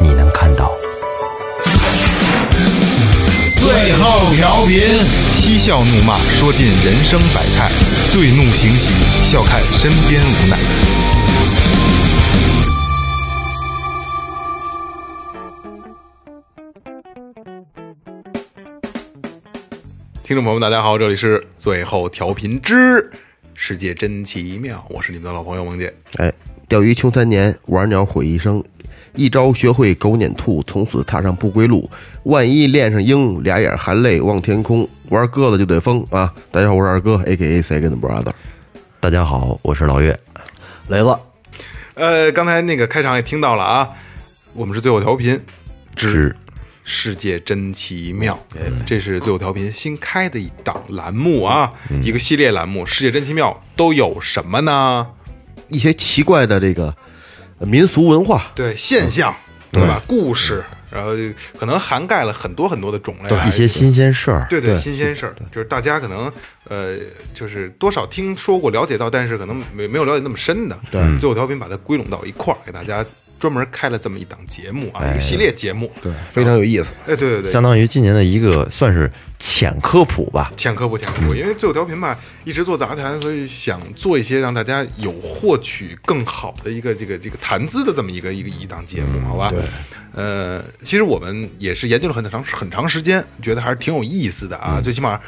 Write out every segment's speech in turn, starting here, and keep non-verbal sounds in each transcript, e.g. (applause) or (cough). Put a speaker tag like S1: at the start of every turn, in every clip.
S1: 你能看到。
S2: 最后调频，
S3: 嬉笑怒骂，说尽人生百态；醉怒行喜，笑看身边无奈。听众朋友们，大家好，这里是最后调频之世界真奇妙，我是你们的老朋友萌姐。
S4: 哎，钓鱼穷三年，玩鸟毁一生，一朝学会狗撵兔，从此踏上不归路。万一恋上鹰，俩眼含泪望天空，玩鸽子就得疯啊！大家好，我是二哥，A K A Second Brother。
S1: 大家好，我是老岳。
S5: 雷子，
S3: 呃，刚才那个开场也听到了啊，我们是最后调频之世界真奇妙，
S5: 哎
S3: 这是最后调频新开的一档栏目啊，
S5: 嗯
S3: 一个系列栏目《世界真奇妙》都有什么呢？
S4: 一些奇怪的这个呃民俗文化，
S3: 对，现象，
S5: 嗯
S3: 对吧？故事，然后可能涵盖了很多很多的种类啊，
S5: 一些新鲜事儿，
S3: 对对，新鲜事儿，就是大家可能呃，就是多少听说过、了解到，但是可能没没有了解那么深的。对，最后调频把它归拢到一块儿，给大家专门开了这么一档节目啊，一个系列节目。对，
S4: 非常有意思。
S3: 哎，对对对，
S5: 相当于今年的一个算是浅科普吧。
S3: 浅科普，浅科普，因为最后调频吧，一直做杂谈，所以想做一些让大家有获取更好的一个这个这个谈资的这么一个一个一档节目，好吧？嗯对。呃，其实我们也是研究了很长很长时间，觉得还是挺有意思的啊，最起码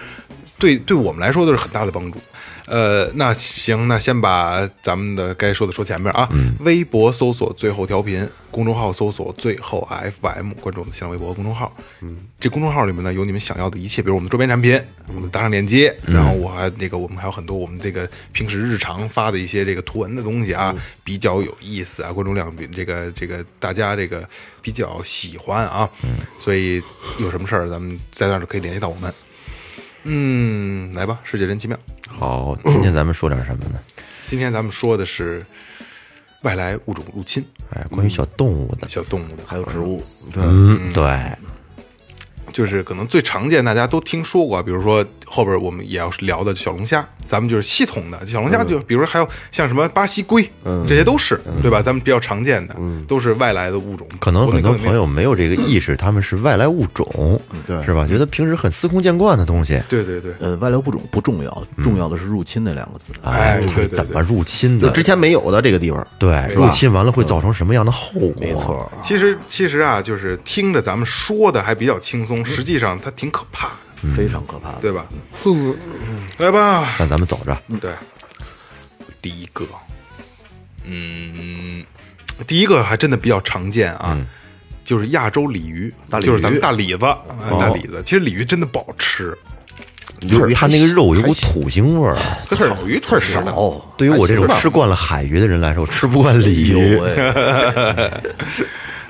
S3: 对对我们来说都是很大的帮助。呃，那行，那先把咱们的该说的说前面啊。微博搜索最后调频，公众号搜索最后 FM，关注我们新浪微博和公众号。嗯，这公众号里面呢有你们想要的一切，比如我们周边产品，我们的打赏链接，然后我还那个我们还有很多我们这个平时日常发的一些这个图文的东西啊，比较有意思啊，关注量比这个这个大家这个比较喜欢啊。嗯，所以有什么事儿咱们在那儿就可以联系到我们。嗯，来吧，世界真奇妙。
S5: 好，哦今天咱们说点什么呢？
S3: 今天咱们说的是外来物种入侵，
S5: 哎，关于小动物的，
S3: 小动物的，还有植物，
S5: 嗯，对，
S3: 就是可能最常见大家都听说过，比如说后边我们也要聊的小龙虾，咱们就是系统的小龙虾，就比如说还有像什么巴西龟，这些都是对吧？咱们比较常见的都是外来的物种，
S5: 可能
S3: 国
S5: 很
S3: 内
S5: 多
S3: 没有
S5: 朋友没有这个意识，他们是外来物种，
S4: 对
S5: 是吧？觉得平时很司空见惯的东西，
S3: 对对对，
S6: 呃，外流不种不重要，重要的是入侵那两个字。
S3: 哎
S5: 它
S3: 对
S5: 是
S3: 对
S5: 怎
S3: 对
S5: 么入侵
S4: 就
S5: 的？
S4: 之前没有的这个地方，
S5: 对，入侵完了会造成什么样的后果？没错，
S3: 其实其实啊，就是听着咱们说的还比较轻松，实际上它挺可怕的，
S6: 非常可怕的。
S3: 对吧？来吧，
S5: 那咱们走着，
S3: 对，嗯第一个，嗯，第一个还真的比较常见啊，就是亚洲鲤鱼，
S6: 鲤鱼
S3: 就是咱们大鲤子，哎大鲤子。其实鲤鱼真的不好吃，
S5: 由于它那个肉有股土腥味儿。啊
S3: 它草鱼刺儿少。
S6: 哦，
S5: 嗯对于我这种
S3: 哎还行吧
S5: 吃惯了海鱼的人来说，我吃不惯鲤
S6: 有哎
S5: 鱼。
S6: 喂，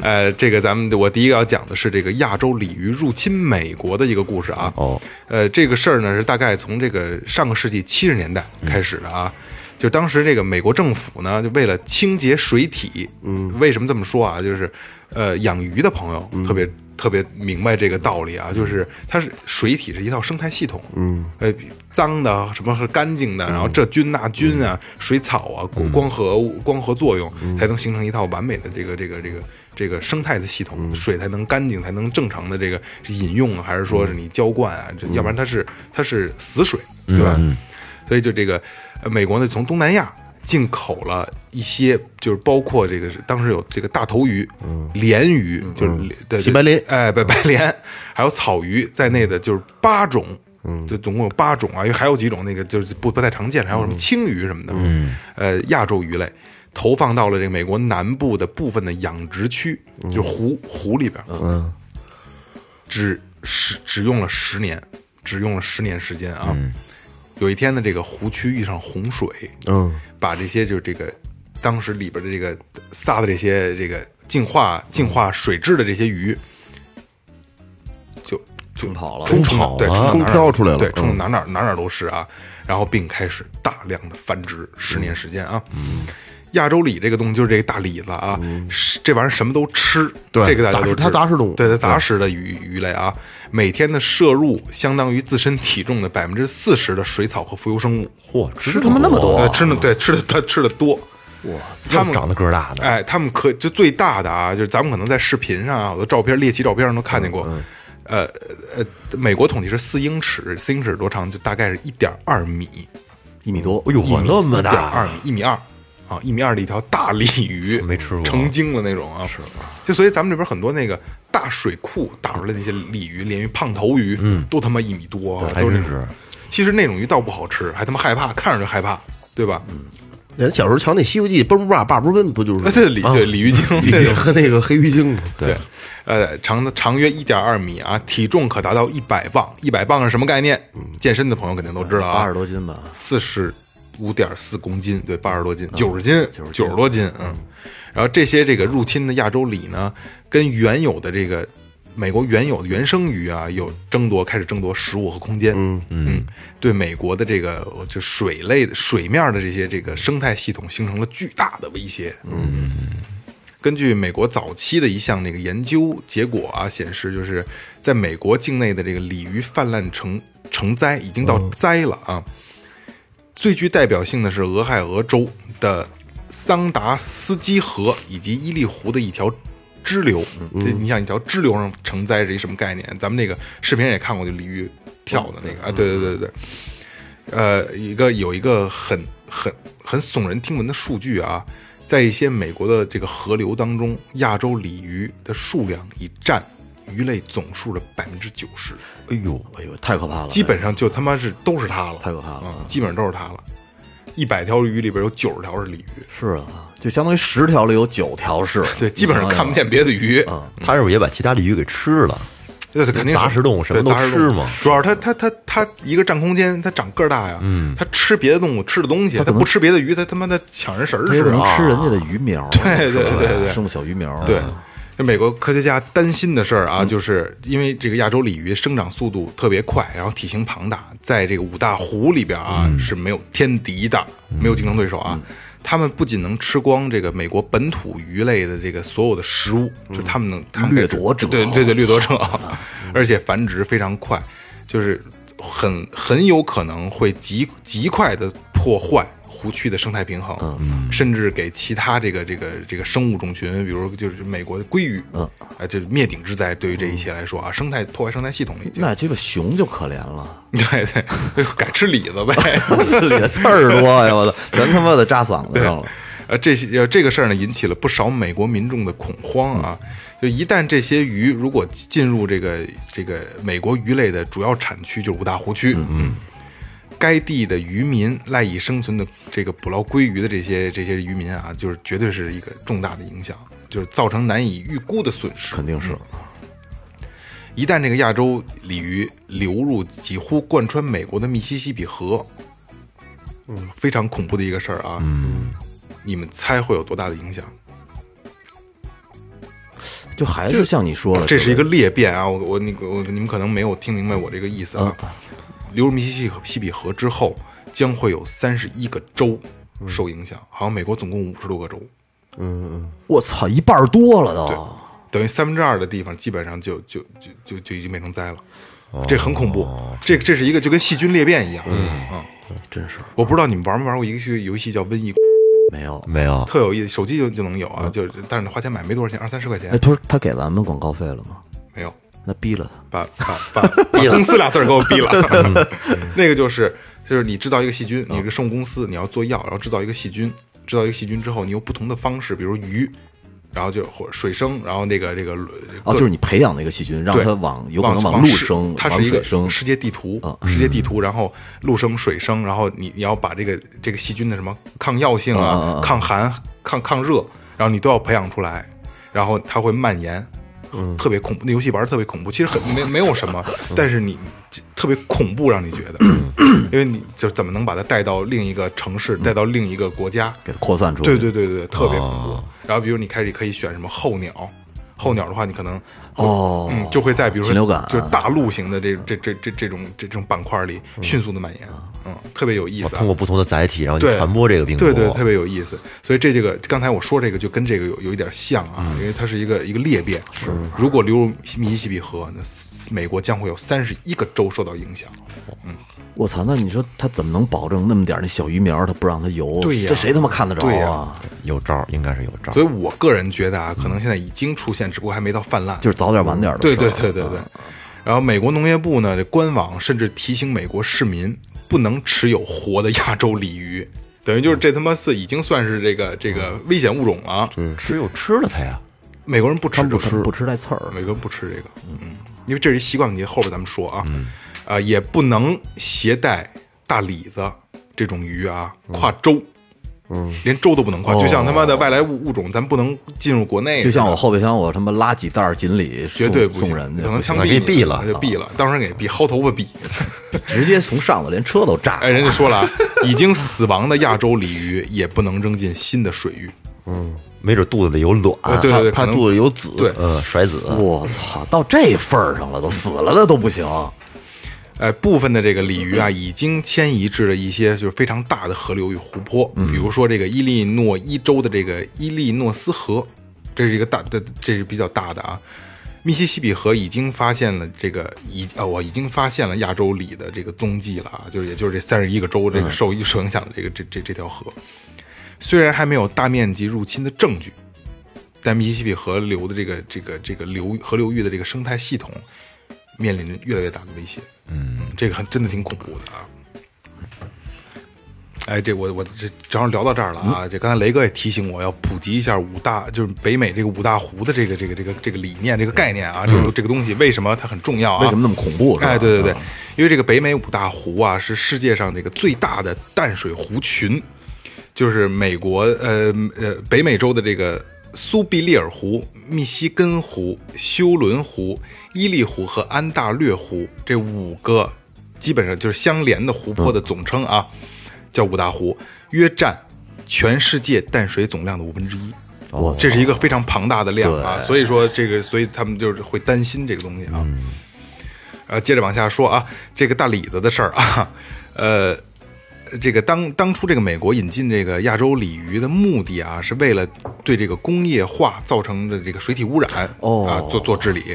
S3: 呃，这个咱们我第一个要讲的是这个亚洲鲤鱼入侵美国的一个故事啊。
S5: 哦，
S3: 呃，这个事儿呢是大概从这个上个世纪七十年代开始的啊。就当时这个美国政府呢，就为了清洁水体，嗯，为什么这么说啊？就是，呃，养鱼的朋友特别、特别明白这个道理啊，就是它是水体是一套生态系统，嗯，呃，脏的什么和干净的，然后这菌那菌啊，水草啊，光光合物光合作用才能形成一套完美的这个这个这个这个生态的系统，水才能干净，才能正常的这个饮用啊，还是说是你浇灌啊？这要不然它是它是死水，对吧？所以就这个呃美国呢，从东南亚进口了一些，就是包括这个是当时有这个大头鱼、鲢鱼，嗯就是对对
S4: 西白鲢
S3: 哎，白白 (laughs) 鲢，还有草鱼在内的，就是八种。嗯，就总共有八种啊，因为还有几种那个就是不不太常见，还有什么青鱼什么的，嗯，呃，亚洲鱼类投放到了这个美国南部的部分的养殖区，就是湖湖里边，嗯，只只只用了十年，只用了十年时间啊，有一天呢，这个湖区遇上洪水，
S4: 嗯，
S3: 把这些就是这个当时里边的这个撒的这些这个净化净化水质的这些鱼，就
S6: 冲跑了，
S3: 冲
S5: 跑
S3: 对，
S5: 了
S3: 冲
S4: 冲
S3: 到哪儿
S4: 飘出来了
S3: 对，
S4: 嗯
S3: 冲到哪儿哪儿哪儿哪儿都是啊。然后并开始大量的繁殖，十
S4: 嗯
S3: 年时间啊。亚洲鲤这个东西就是这个大李子啊，是这玩意儿什么都吃，
S4: 嗯对
S3: 这个大家
S4: 杂
S3: 都
S4: 食
S3: 知
S4: 它
S3: 道
S4: 杂食动物
S3: 对它杂食的鱼鱼类啊，每天的摄入相当于自身体重的百分之四十的水草和浮游生物，
S5: 嚯，
S3: 吃
S5: 吃他妈那么多
S4: 啊
S3: 对，吃那对吃的它吃的多，哇，他们
S5: 长得个儿大的，
S3: 哎，他们可就最大的啊，就是咱们可能在视频上啊，有的照片猎奇照片上都看见过。
S5: 嗯
S3: 呃呃，美国统计是四英尺，四英尺多长？就大概是一点二米，
S6: 一米多，
S5: 哎呦嚯，那么
S3: 一点二
S5: 大，
S3: 米，一米二啊，一米二的一条大鲤鱼，
S5: 没吃过
S3: 成精了那种啊。是，就所以咱们这边很多那个大水库打出来那些鲤鱼、鲢鱼、胖头鱼，嗯，都他妈一米多啊，
S5: 还
S3: 都是
S5: 真
S3: 那种
S5: 是。
S3: 其实那种鱼倒不好吃，还他妈害怕，看着就害怕，对吧？
S5: 嗯
S4: 人小时候瞧那《西游记》，奔不爸，爸不奔，不就是
S3: 那这
S5: 嗯
S3: 鲤对鲤
S5: (laughs)
S3: 鱼精，对
S4: 也和那个黑鱼精吗？
S3: 对，呃，长的长约一点二米啊，体重可达到一百磅。一百磅是什么概念？健身的朋友肯定都知道
S6: 八
S3: 啊
S6: 十，多斤吧，
S3: 四十五点四公斤，对，八十多斤，九十斤，嗯九十多斤，嗯。然后这些这个入侵的亚洲鲤呢，跟原有的这个美国原有的原生鱼啊，有争夺，开始争夺食物和空间。嗯嗯，对美国的这个就水类的水面的这些这个生态系统形成了巨大的威胁。嗯根据美国早期的一项那个研究结果啊，显示就是在美国境内的这个鲤鱼泛滥成成灾，已经到灾了啊。最具代表性的是俄亥俄州的桑达斯基河以及伊利湖的一条支流。这你想一条支流上成灾是一什么概念？咱们那个视频上也看过，就鲤鱼跳的那个啊，对对对对对。呃，一个有一个很很很耸人听闻的数据啊，在一些美国的这个河流当中，亚洲鲤鱼的数量已占鱼类总数的百分之九十，
S6: 哎呦
S3: 嗯
S6: 哎呦，太可怕了，
S3: 基本上就他妈是都是它了，
S6: 太可怕了
S3: 嗯基本上都是它了。一百条鱼里边有九十条是鲤鱼，
S6: 是啊，就相当于十条里有九条是，
S3: 对，基本上看不
S6: 啊
S3: 见别的鱼，
S5: 他是不是也把其他的鱼给吃了？
S3: 对，它肯定是
S5: 嗯杂食动物什么
S3: 对
S5: 都
S3: 杂食
S5: 吃
S3: 动物
S5: 嘛
S3: 主要是它它它它一个占空间，它长个儿大呀，嗯，它吃别的动物吃的东西，它不吃别的鱼，它他妈的抢人食儿
S6: 没
S3: 吃
S6: 准能
S3: 啊，
S6: 吃人家的鱼苗，
S3: 对对对对对
S6: 生个小鱼苗，
S3: 对，这美国科学家担心的事儿
S6: 嗯
S3: 啊，就是因为这个亚洲鲤鱼生长速度特别快，然后体型庞大，在这个五大湖里边啊
S6: 嗯
S3: 是没有天敌的，没有竞争对手啊。他们不仅能吃光这个美国本土鱼类的这个所有的食物，就是他们能他们
S6: 掠夺者
S3: 对对对，掠夺者，啊而且繁殖非常快，就是很很有可能会极极快的破坏湖区的生态平衡，甚至给其他这个这个这个生物种群，比如就是美国的鲑鱼，嗯，哎，这灭顶之灾，对于这一些来说啊，生态破坏生态系统了已经，
S6: 那这个熊就可怜了，
S3: (laughs) 对对，改吃李子呗。
S6: 里的刺儿多呀，我操，全他妈的扎嗓子上了。
S3: 呃，这些呃这个事儿呢，引起了不少美国民众的恐慌啊。就一旦这些鱼如果进入这个这个美国鱼类的主要产区，就是五大湖区，嗯，该地的渔民赖以生存的这个捕捞鲑鱼的这些这些渔民啊，就是绝对是一个重大的影响，就是造成难以预估的损失。
S6: 肯定是，
S3: 一旦这个亚洲鲤鱼流入几乎贯穿美国的密西西比河，嗯，非常恐怖的一个事儿啊。嗯，你们猜会有多大的影响？
S6: 就还是像你说的，
S3: 这是一个裂变啊！我我你我你们可能没有听明白我这个意思啊。流入密西西西比河之后，将会有三十一个州受影响，好像美国总共五十多个州，
S6: 我操，一半儿多了都。
S3: 等于三分之二的地方基本上就就就就就已经变成灾了。这很恐怖，这这是一个就跟细菌裂变一样，嗯，
S6: 真是
S3: 我不知道你们玩没玩过一个游戏叫《瘟疫》，
S6: 没有。
S5: 没有，
S3: 特有意思，手机就就能有啊，就是但是花钱买没多少钱，二三十块
S6: 哎，
S3: 钱
S6: 他说他给咱们广告费了吗？
S3: 没有，
S6: 那逼了他。
S3: 把把把把公司俩字儿给我毙了。 (laughs) 那个就是就是你制造一个细菌，你一个生物公司，你要做药，然后制造一个细菌，制造一个细菌之后，你用不同的方式，比如鱼，然后就或者水生，然后那个这个
S6: 哦，就是你培养那个细菌，让
S3: 对，
S6: 它往有可能
S3: 往
S6: 陆
S3: 市
S6: 生，
S3: 它
S6: 往
S3: 是一
S6: 水
S3: 个
S6: 生，啊
S3: 世界地图，世界地图，然后陆生、水生，然后你你要把这个这个细菌的什么抗药性
S6: 啊啊
S3: 啊
S6: 啊、
S3: 抗寒、抗抗热，然后你都要培养出来，然后它会蔓延，
S6: 嗯
S3: 特别恐怖。那游戏玩的特别恐怖，其实很没没有什么，但是你这特别恐怖，让你觉
S6: (clears throat)
S3: 得，因为你就怎么能把它带到另一个城
S6: 嗯
S3: 市，带到另一个国家？
S6: 给它扩散出来。
S5: 哦
S3: 对对对对，特别恐怖。然后比如你开始可以选什么候鸟，候鸟的话，你可能
S5: 哦，
S3: 嗯就会在比如说
S5: 禽流感
S3: 就是大陆型的这这这这这种这种板块里迅速的蔓延，嗯，特别有意
S5: 哦
S3: 思啊
S5: 通。过不同的载体，然后去
S3: 对
S5: 传播这个病毒，
S3: 对对，特别有意思。所以这这个刚才我说这个就跟这个有有一点像啊，
S5: 嗯
S3: 因为它是一个一个裂变。是，如果流入密西西比河，那斯美国将会有三十一个州受到影响。
S6: 我操，那你说他怎么能保证那么点儿那小鱼苗他不让它游？
S3: 对呀
S6: 这谁他妈看得着
S3: 对
S6: 啊
S3: 呀？
S5: 有招儿，应该是有招儿。
S3: 所以我个人觉得啊，可能现在已经出现，只不过还没到泛滥。
S6: 就是早点晚点的事
S3: 对
S6: 儿。啊
S3: 对对对对。然后美国农业部呢，这官网甚至提醒美国市民不能持有活的亚洲鲤鱼， (laughs) 等于就是这他妈是已经算是这个这
S6: 嗯
S3: 个危险物种了。
S5: 嗯吃又吃了它呀，
S3: 美国人不吃这个，
S6: 他不吃带刺儿，
S3: 美国人不吃这个，嗯，因为这是一习惯问题，后边咱们说啊，
S6: 嗯
S3: 啊、也不能携带大李子这种鱼啊跨州，嗯，连州都不能跨，就像他妈的外来物物种，咱不能进入国内似的，
S6: 哦就像我后备箱我他妈拉几袋儿锦鲤送，
S3: 绝对不行
S6: 送人去，
S3: 可能枪
S5: 那
S3: 毙
S5: 给
S3: 你啊
S5: 毙了
S3: 就毙
S6: 啊
S3: 了，当时给毙，薅头发毙。
S6: 直接从上头连车都炸。
S3: 哎，人家说了啊，已经死亡的亚洲鲤鱼也不能扔进新的水域，
S5: 没准肚子里有卵，
S3: 呃对对对，可
S4: 怕
S3: 能
S4: 肚子有籽，
S3: 对，
S5: 呃，甩子，
S6: 我操，到这份儿上了，都死了的都不行。
S3: 啊呃，部分的这个鲤鱼啊，已经迁移至了一些就是非常大的河流与湖泊，比如说这个伊利诺伊州的这个伊利诺斯河，这是一个大的，这是比较大的啊。密西西比河已经发现了这个已啊，我已经发现了亚洲鲤的这个踪迹了啊，就是也就是这三十一个州这个受受影响的这个这这这条河，虽然还没有大面积入侵的证据，但密西西比河流的这个这个这个流河流域的这个生态系统面临着越来越大的威胁。嗯，这个很真的挺恐怖的啊。哎，这我我这正好聊到这儿了啊！
S6: 嗯
S3: 这刚才雷哥也提醒我要普及一下五大，就是北美这个五大湖的这个这个这个这个理念、这个概念啊，这个这个东西为什么它很重要啊？
S6: 嗯为什么那么恐怖？是吧嗯
S3: 哎，对对对，因为这个北美五大湖啊，是世界上这个最大的淡水湖群，就是美国呃呃北美洲的这个苏必利尔湖、密西根湖、休伦湖、伊利湖和安大略湖这五个基本上就是相连的湖泊的总称啊，
S6: 嗯
S3: 叫五大湖，约占全世界淡水总量的五分之一。这是一个非常庞大的量啊，所以说这个，所以他们就是会担心这个东西啊。
S6: 嗯
S3: 呃，接着往下说啊，这个大李子的事儿啊，呃，这个当当初这个美国引进这个亚洲鲤鱼的目的啊，是为了对这个工业化造成的这个水体污染
S6: 哦
S3: 啊做做治理。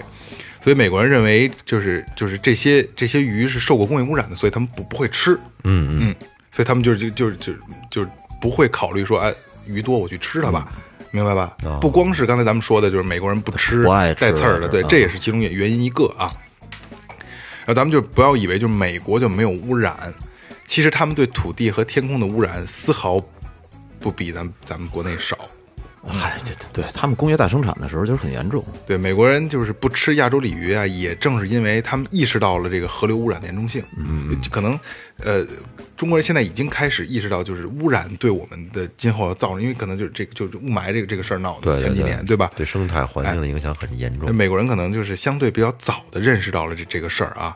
S3: 所以美国人认为，就是就是这些这些鱼是受过工业污染的，所以他们不不会吃。嗯嗯，所以他们就就就就就不会考虑说，哎，鱼多我去吃它吧，明白吧？不光是刚才咱们说的，就是美国人不吃
S6: 不爱吃
S3: 带刺儿的，对，
S6: 嗯
S3: 这也是其中也原因一个啊。然后咱们就不要以为就是美国就没有污染，其实他们对土地和天空的污染丝毫不比咱咱们国内少。
S6: 哎，对对，他们工业大生产的时候就是很严重。
S3: 对美国人就是不吃亚洲鲤鱼啊，也正是因为他们意识到了这个河流污染的严重性。嗯，可能呃，中国人现在已经开始意识到，就是污染对我们的今后要造成，因为可能就是这个就是雾霾这个这个事儿闹的
S5: 对
S3: 前几年，
S5: 对
S3: 对吧？哎
S5: 对生态环境的影响很严重。
S3: 美国人可能就是相对比较早的认识到了这这个事儿啊。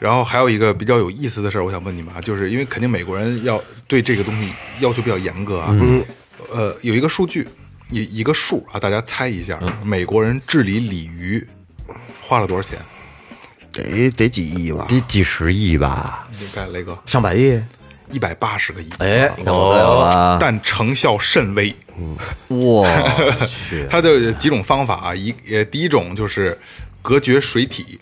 S3: 然后还有一个比较有意思的事儿，我想问你们啊，就是因为肯定美国人要对这个东西要求比较严格啊。嗯。呃，有一个数据，一一个数啊，大家猜一下，美国人治理鲤鱼花了多少钱？
S4: 得得几亿吧？
S5: 得几十亿吧？
S3: 你看雷哥，
S6: 上百亿，
S3: 一百八十个亿。
S6: 哎，有
S3: 哦
S6: 了有了，
S3: 但成效甚微。
S6: 我
S5: 啊
S6: 去，
S3: 它的几种方法啊，一呃，第一种就是隔绝水体，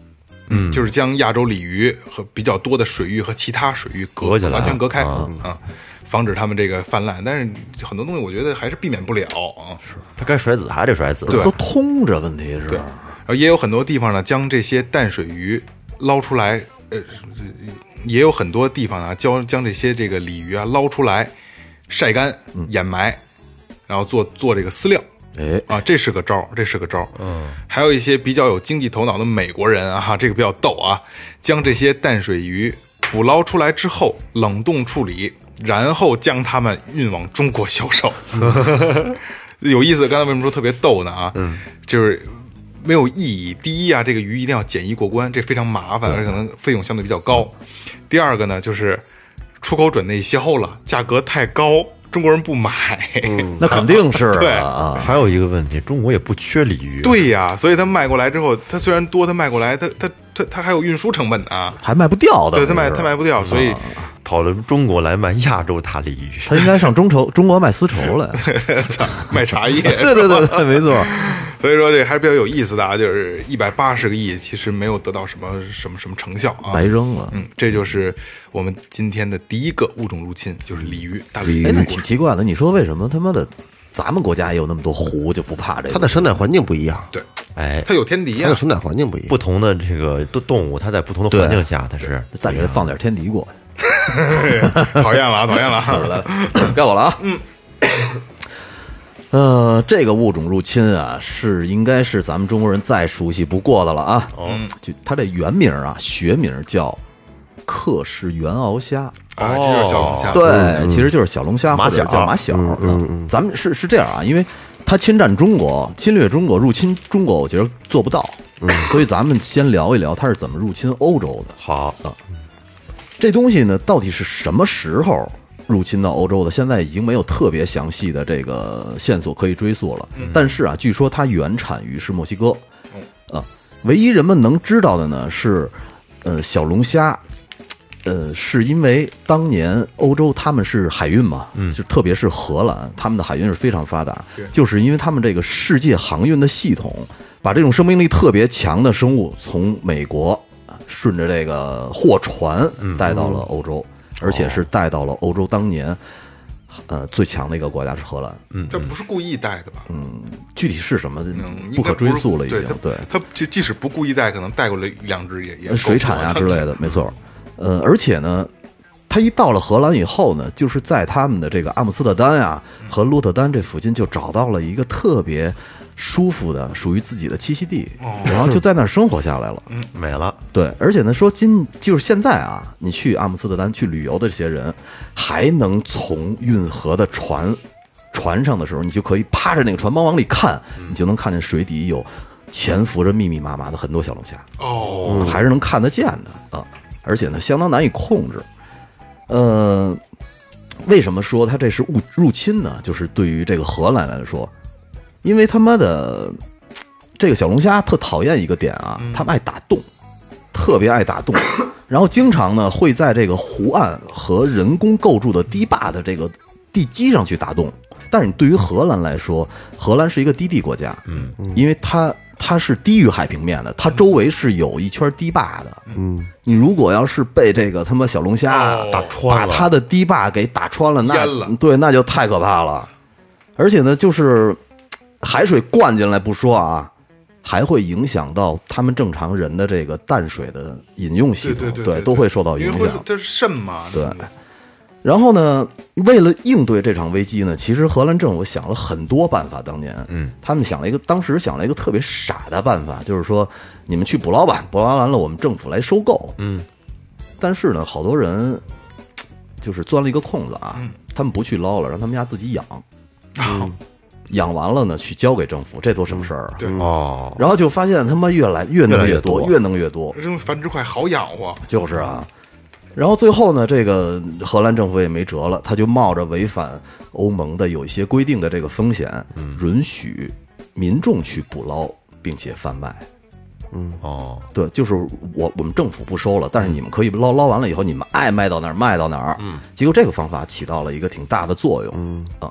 S3: 嗯，就是将亚洲鲤鱼和比较多的水域和其他水域隔
S5: 隔起来
S3: 完全隔开
S5: 啊
S3: 啊，防止它们这个泛滥。但是很多东西我觉得还是避免不了啊。
S5: 它该甩子还得甩子，
S3: (laughs) 对
S6: 都通着，问题是。
S3: 然后也有很多地方呢，将这些淡水鱼捞出来，呃，也有很多地方啊，将将这些这个鲤鱼啊捞出来，晒干、
S5: 嗯
S3: 掩埋，然后做做这个饲料。
S6: 哎，
S3: 啊，这是个招儿，这是个招儿。嗯，还有一些比较有经济头脑的美国人啊，这个比较逗啊，将这些淡水鱼捕捞出来之后冷冻处理，然后将它们运往中国销 (laughs) 售。有意思，刚才为什么说特别逗呢？啊，嗯，就是。没有意义。第一啊，这个鱼一定要检疫过关，这非常麻烦，而且可能费用相对嗯比较高。第二个呢，就是出口转内销了，价格太高，中国人不买。嗯
S6: 那肯定是
S3: 对
S6: 啊啊，
S5: 还有一个问题，中国也不缺鲤鱼，，啊
S3: 对呀，所以它卖过来之后，它虽然多，它卖过来，它它它它还有运输成本啊，
S6: 还卖不掉的。
S3: 对，它卖
S6: 是啊
S3: 它卖不掉，所以 (laughs)
S5: 跑了中国来卖亚洲大鲤鱼，
S6: 他应该上
S3: (laughs)
S6: 中筹，中国卖丝绸来。
S3: 卖茶
S6: (laughs)
S3: 叶。
S6: 对
S3: (laughs)
S6: 对对对，没错。
S3: 所以说这还是比较有意思的啊，就是一百八十个亿，其实没有得到什么什么什么成效啊，
S6: 白扔了
S3: 嗯，这就是我们今天的第一个物种入侵，就是鲤鱼，大鲤鱼
S6: 哎，那
S3: 的故
S6: 挺
S3: 事。
S6: 奇怪的，你说为什么他妈的咱们国家也有那么多湖，就不怕这个？
S4: 它的生长环境不一样，
S3: 对，
S5: 哎，
S3: 它有天敌啊
S4: 它
S3: 呀、
S4: 的生长环境不一样。
S5: 不同的这个动动物，它在不同的环境下，它是
S6: 再给他放点天敌过
S3: (laughs) 讨厌了啊，讨厌了啊！
S6: 来，该我了啊。嗯。呃，这个物种入侵啊，是应该是咱们中国人再熟悉不过的了啊。哦，
S3: 嗯
S6: 就它这原名啊，学名叫克氏原螯虾。
S3: 啊，这就是小龙虾，
S6: 哦对，嗯其实就是小龙虾
S5: 马
S6: 或者
S5: 小
S6: 叫马小。嗯，咱们是是这样啊，因为他侵占中国、侵略中国、入侵中国，我觉得做不到，所以咱们先聊一聊他是怎么入侵欧洲的。
S5: 好，
S6: 这东西呢，到底是什么时候入侵到欧洲的？现在已经没有特别详细的这个线索可以追溯了。但是啊，据说它原产于是墨西哥。啊，唯一人们能知道的呢是，呃，小龙虾。呃，是因为当年欧洲他们是海运嘛，嗯，就特别是荷兰，他们的海运是非常发达，就是因为他们这个世界航运的系统，把这种生命力特别强的生物从美国啊顺着这个货船带到了欧洲，而且是带到了欧洲当年。呃，最强的一个国家是荷兰，嗯，
S3: 这不是故意带的吧？嗯，
S6: 具体是什么
S3: 应该
S6: 不可追
S3: 是
S6: 溯了，已经
S3: 对，它
S6: 对，
S3: 它就即使不故意带，可能带过来两只也也
S6: 呃
S3: 够
S6: 水产啊
S3: 了
S6: 之类的，没错。呃，而且呢，他一到了荷兰以后呢，就是在他们的这个阿姆斯特丹啊
S3: 嗯
S6: 和鹿特丹这附近，就找到了一个特别舒服的属于自己的栖息地，
S3: 哦
S6: 然后就在那儿生活下来了。
S3: 嗯
S5: 没了，
S6: 对，而且呢，说今就是现在啊，你去阿姆斯特丹去旅游的这些人，还能从运河的船船上的时候，你就可以趴着那个船帮往里看，
S3: 嗯
S6: 你就能看见水底有潜伏着密密麻麻的很多小龙虾。
S3: (laughs) 哦，
S6: 还是能看得见的啊，而且呢，相当难以控制。呃，为什么说它这是入入侵呢？就是对于这个荷兰来说，因为他妈的这个小龙虾特讨厌一个点啊，他们爱打洞，特别爱打洞，然后经常呢会在这个湖岸和人工构筑的堤坝的这个地基上去打洞。但是你对于荷兰来说，荷兰是一个低地国家，嗯，因为它它是低于海平面的，它周围是有一圈堤坝的，嗯，你如果要是被这个他妈小龙虾
S3: 哦
S6: 打
S5: 穿了
S6: 把它的堤坝给打穿了，那
S3: 淹了
S6: 对，那就太可怕了。而且呢，就是海水灌进来不说啊，还会影响到他们正常人的这个淡水的饮用系
S3: 对
S6: 统，
S3: 对对
S6: 都会受到影
S3: 因为会
S6: 响。
S3: 这是肾嘛，
S6: 对然后呢，为了应对这场危机呢，其实荷兰政府想了很多办法。当年，嗯，他们想了一个，当时想了一个特别傻的办法，就是说你们去捕捞吧，捕捞完了我们政府来收购。嗯，但是呢，好多人就是钻了一个空子啊，他们不去捞了，让他们家自己养，嗯养完了呢去交给政府，这多省事儿啊！
S3: 对
S5: 哦，
S6: 然后就发现他妈越来越弄
S5: 越来
S6: 越
S5: 越多
S6: 多，越弄越多，
S3: 这种繁殖快好养活，
S6: 就是啊。然后最后呢，这个荷兰政府也没辙了，他就冒着违反欧盟的有一些规定的这个风险，允许民众去捕捞并且贩卖。
S5: 哦，
S6: 对，就是我我们政府不收了，但是你们可以捞捞完了以后，你们爱卖到哪儿卖到哪儿。嗯，结果这个方法起到了一个挺大的作用。嗯啊，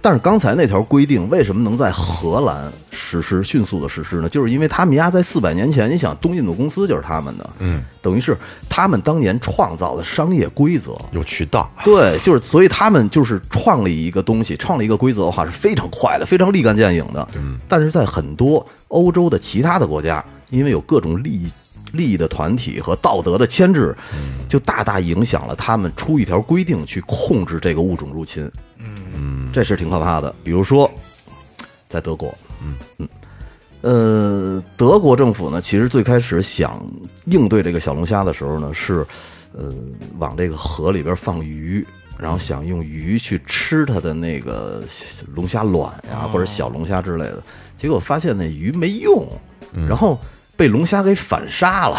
S6: 但是刚才那条规定为什么能在荷兰实施迅速的实施呢？就是因为他们家在四百年前，你想东印度公司就是他们的，嗯，等于是他们当年创造的商业规则。
S5: 有渠道，
S6: 对，就是所以他们就是创立一个东西，创立一个规则的话是非常快的，非常立竿见影的。但是在很多欧洲的其他的国家，因为有各种利益利益的团体和道德的牵制，就大大影响了他们出一条规定去控制这个物种入侵。嗯，这是挺可怕的。比如说，在德国，呃，德国政府呢，其实最开始想应对这个小龙虾的时候呢，是呃往这个河里边放鱼，然后想用鱼去吃它的那个龙虾卵呀、或者小龙虾之类的。结果发现那鱼没用，然后被龙虾给反杀了。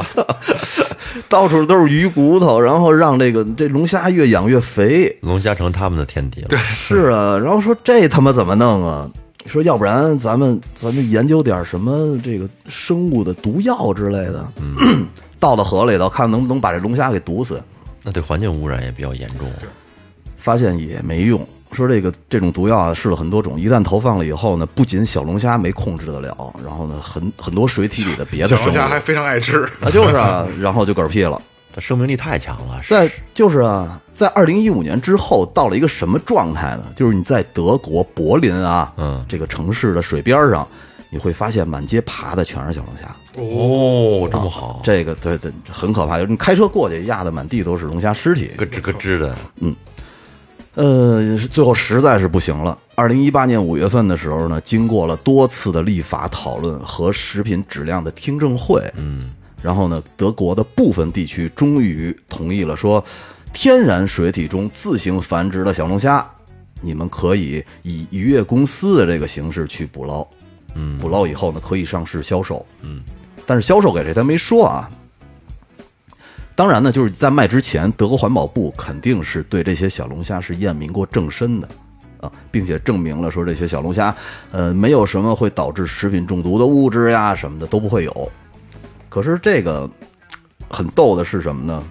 S6: (laughs) 到处都是鱼骨头，然后让这个这龙虾越养越肥。
S5: 龙虾成他们的天敌了。对，
S6: 是啊，然后说这他妈怎么弄啊？说要不然咱们咱们研究点什么这个生物的毒药之类的， (clears throat) 倒到河里头看能不能把这龙虾给毒死。
S5: 那对环境污染也比较严重。
S6: 发现也没用。说这个这种毒药啊，试了很多种，一旦投放了以后呢，不仅小龙虾没控制得了，然后呢，很很多水体里的别的
S3: 小
S6: 生
S3: 龙
S6: 物
S3: 虾还非常爱吃，
S6: 啊，就是啊，然后就嗝屁了。
S5: 它生命力太强了。是
S6: 在就是啊，在二零一五年之后，到了一个什么状态呢？就是你在德国柏林啊，
S5: 嗯
S6: 这个城市的水边上，你会发现满街爬的全是小龙虾。
S5: 哦，这么好，
S6: 这个对对，很可怕。就是你开车过去，压的满地都是龙虾尸体。
S5: 咯吱咯吱的，
S6: 呃，最后实在是不行了。二零一八年五月份的时候呢，经过了多次的立法讨论和食品质量的听证会，嗯，然后呢，德国的部分地区终于同意了说，天然水体中自行繁殖的小龙虾，你们可以以渔业公司的这个形式去捕捞，嗯，捕捞以后呢，可以上市销售，嗯，但是销售给谁他没说啊，当然呢，就是在卖之前，德国环保部肯定是对这些小龙虾是验明过正身的，啊，并且证明了说这些小龙虾，呃，没有什么会导致食品中毒的物质呀什么的都不会有。可是这个很逗的是什么呢？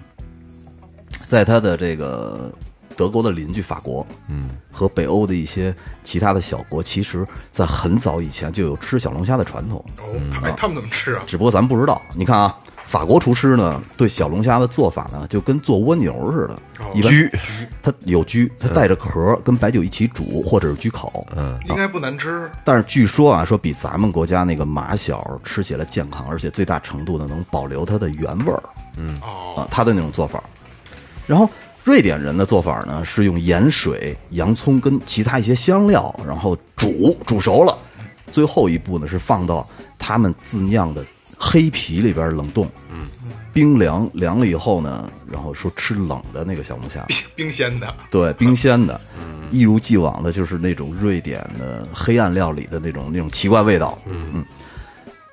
S6: 在它的这个德国的邻居法国，嗯，和北欧的一些其他的小国，其实在很早以前就有吃小龙虾的传统。
S3: 哦，他哎他们怎么吃啊？
S6: 只不过咱们不知道。你看啊，法国厨师呢，对小龙虾的做法呢，就跟做蜗牛似的，一般
S5: 焗
S6: 它有焗，它带着壳，跟白酒一起煮或者是焗烤。嗯，
S3: 应该不难吃，
S6: 但是据说啊，说比咱们国家那个马小吃起来健康，而且最大程度的能保留它的原味儿。嗯，
S3: 哦
S6: 啊，它的那种做法。然后瑞典人的做法呢，是用盐水、洋葱跟其他一些香料，然后煮煮熟了，最后一步呢是放到他们自酿的黑啤里边冷冻。嗯，冰凉凉了以后呢，然后说吃冷的那个小龙虾。
S3: 冰鲜的。
S6: 对，冰鲜的，
S3: 嗯
S6: 一如既往的就是那种瑞典的黑暗料理的那种那种奇怪味道。嗯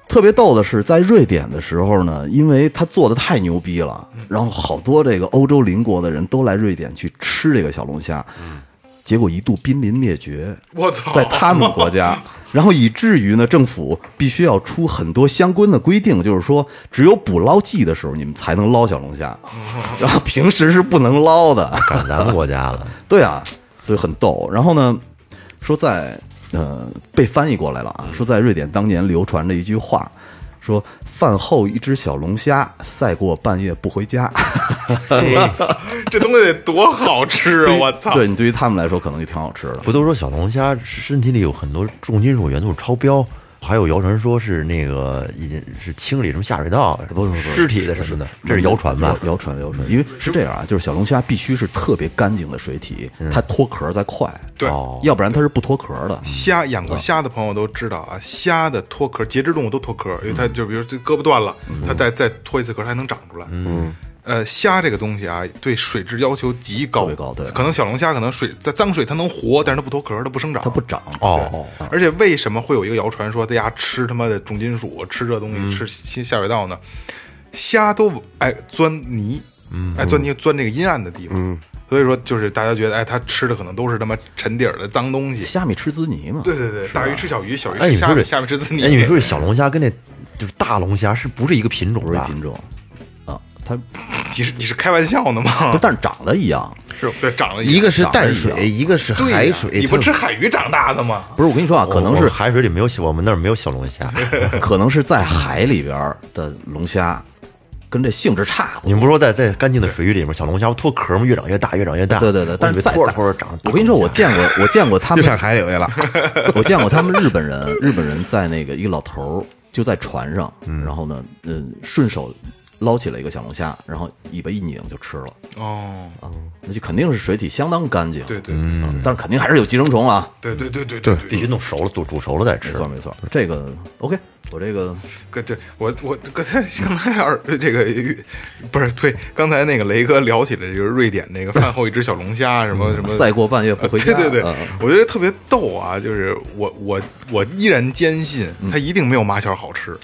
S6: 特别逗的是，在瑞典的时候呢，因为他做的太牛逼了，
S3: 嗯
S6: 然后好多这个欧洲邻国的人都来瑞典去吃这个小龙虾，结果一度濒临灭绝。
S3: 嗯我操，
S6: 在他们国
S3: (laughs)
S6: 家，然后以至于呢，政府必须要出很多相关的规定，就是说，只有捕捞季的时候你们才能捞小
S3: (laughs)
S6: 龙虾，然后平时是不能捞的。
S5: 赶咱们国家了。
S6: 对啊，所以很逗。然后呢，说在呃被翻译过来了啊，说在瑞典当年流传着一句话，说饭后一只小龙虾赛过半夜不回家。
S3: 这东西得多好吃啊！ (laughs) 我操，
S6: 对你对于他们来说可能就挺好吃的。
S5: 不都说小龙虾身体里有很多重金属元素超标，还有谣传说是那个已是清理什么下水道、不是尸体的什么的，这是谣传吧？
S6: 谣传谣传，因为是这样啊，就是小龙虾必须是特别干净的水体，它脱壳再快，
S3: 对
S5: 嗯哦嗯
S6: 要不然它是不脱壳的。
S3: 虾养
S6: 嗯
S3: 过虾的朋友都知道啊，虾的脱壳，节肢动物都脱壳，因为它就比如这胳膊断了，
S6: 嗯
S3: 它再再脱一次壳，它还能长出来。嗯，呃，虾这个东西啊，对水质要求极高，
S6: 特别高对
S3: 可能小龙虾可能水在脏水它能活，但是它不脱壳，它不生长，它
S6: 它不。长，
S5: 哦，
S3: 而且为什么会有一个谣传说大家吃他妈的重金属，吃这东
S6: 嗯
S3: 西，吃下下水道呢？虾都爱钻泥，
S6: 嗯
S3: 爱钻泥钻这个阴暗的地方，所以说就是大家觉得，哎，它吃的可能都是他妈沉底儿的脏东西。
S6: 虾米吃滋泥嘛。
S3: 对对对，大鱼吃小鱼，小鱼
S5: 哎，
S3: 吃
S5: 你
S3: 虾
S5: 说
S3: 米，
S5: 这
S3: 虾米吃自己。
S5: 哎，你说这小龙虾跟那就是大龙虾是不是一个品种
S6: 不是一
S5: 吧？
S6: 品种啊，它
S3: (laughs) 你是你是开玩笑呢
S6: 不 (laughs)
S3: 吗？
S6: 但是长得一样。
S3: 是对，长了
S4: 一个是淡
S6: 长得
S4: 水，一个是
S3: 对呀
S4: 海水。
S3: 你不
S4: 它
S3: 吃海鱼长大的吗？
S6: 不是我跟你说啊，可能
S5: 我
S6: 是
S5: 我海水里没有小，我们那儿没有小龙 (laughs) 虾。
S6: 可能是在海里边儿的龙虾，跟这性质差不
S5: 你
S6: 多。
S5: 们不是说在在干净的水域里面，小龙虾脱壳吗？越长越大，越长越大。
S6: 对对对，但是再
S5: 拖着
S6: 大
S5: 拖着长。
S6: 我跟你说，我见过，我见过他
S4: 又
S6: 们，
S4: 上海里去了，
S6: 我见过他们日本人，日本人在那个一个老头儿就在船上，然后呢，嗯，顺手捞起了一个小龙虾，然后尾巴一拧就吃了，
S3: 哦，
S6: 那就肯定是水体相当干净，
S3: 对对
S6: 嗯，但是肯定还是有寄生虫啊，
S3: 对对对对对
S5: 必
S3: 对，
S5: 须弄熟了，煮煮熟了再
S6: 没
S5: 吃。
S6: 错没错，这个 OK，我这个
S3: 跟这我我刚才刚才二这个不是对，刚才那个雷哥聊起了这个瑞典那个饭后一只小龙虾什么什么
S6: 嗯赛过半夜不回家，
S3: (laughs) 对对对
S6: 嗯，
S3: 我觉得特别逗啊！就是我我我依然坚信它一定没有马小好吃，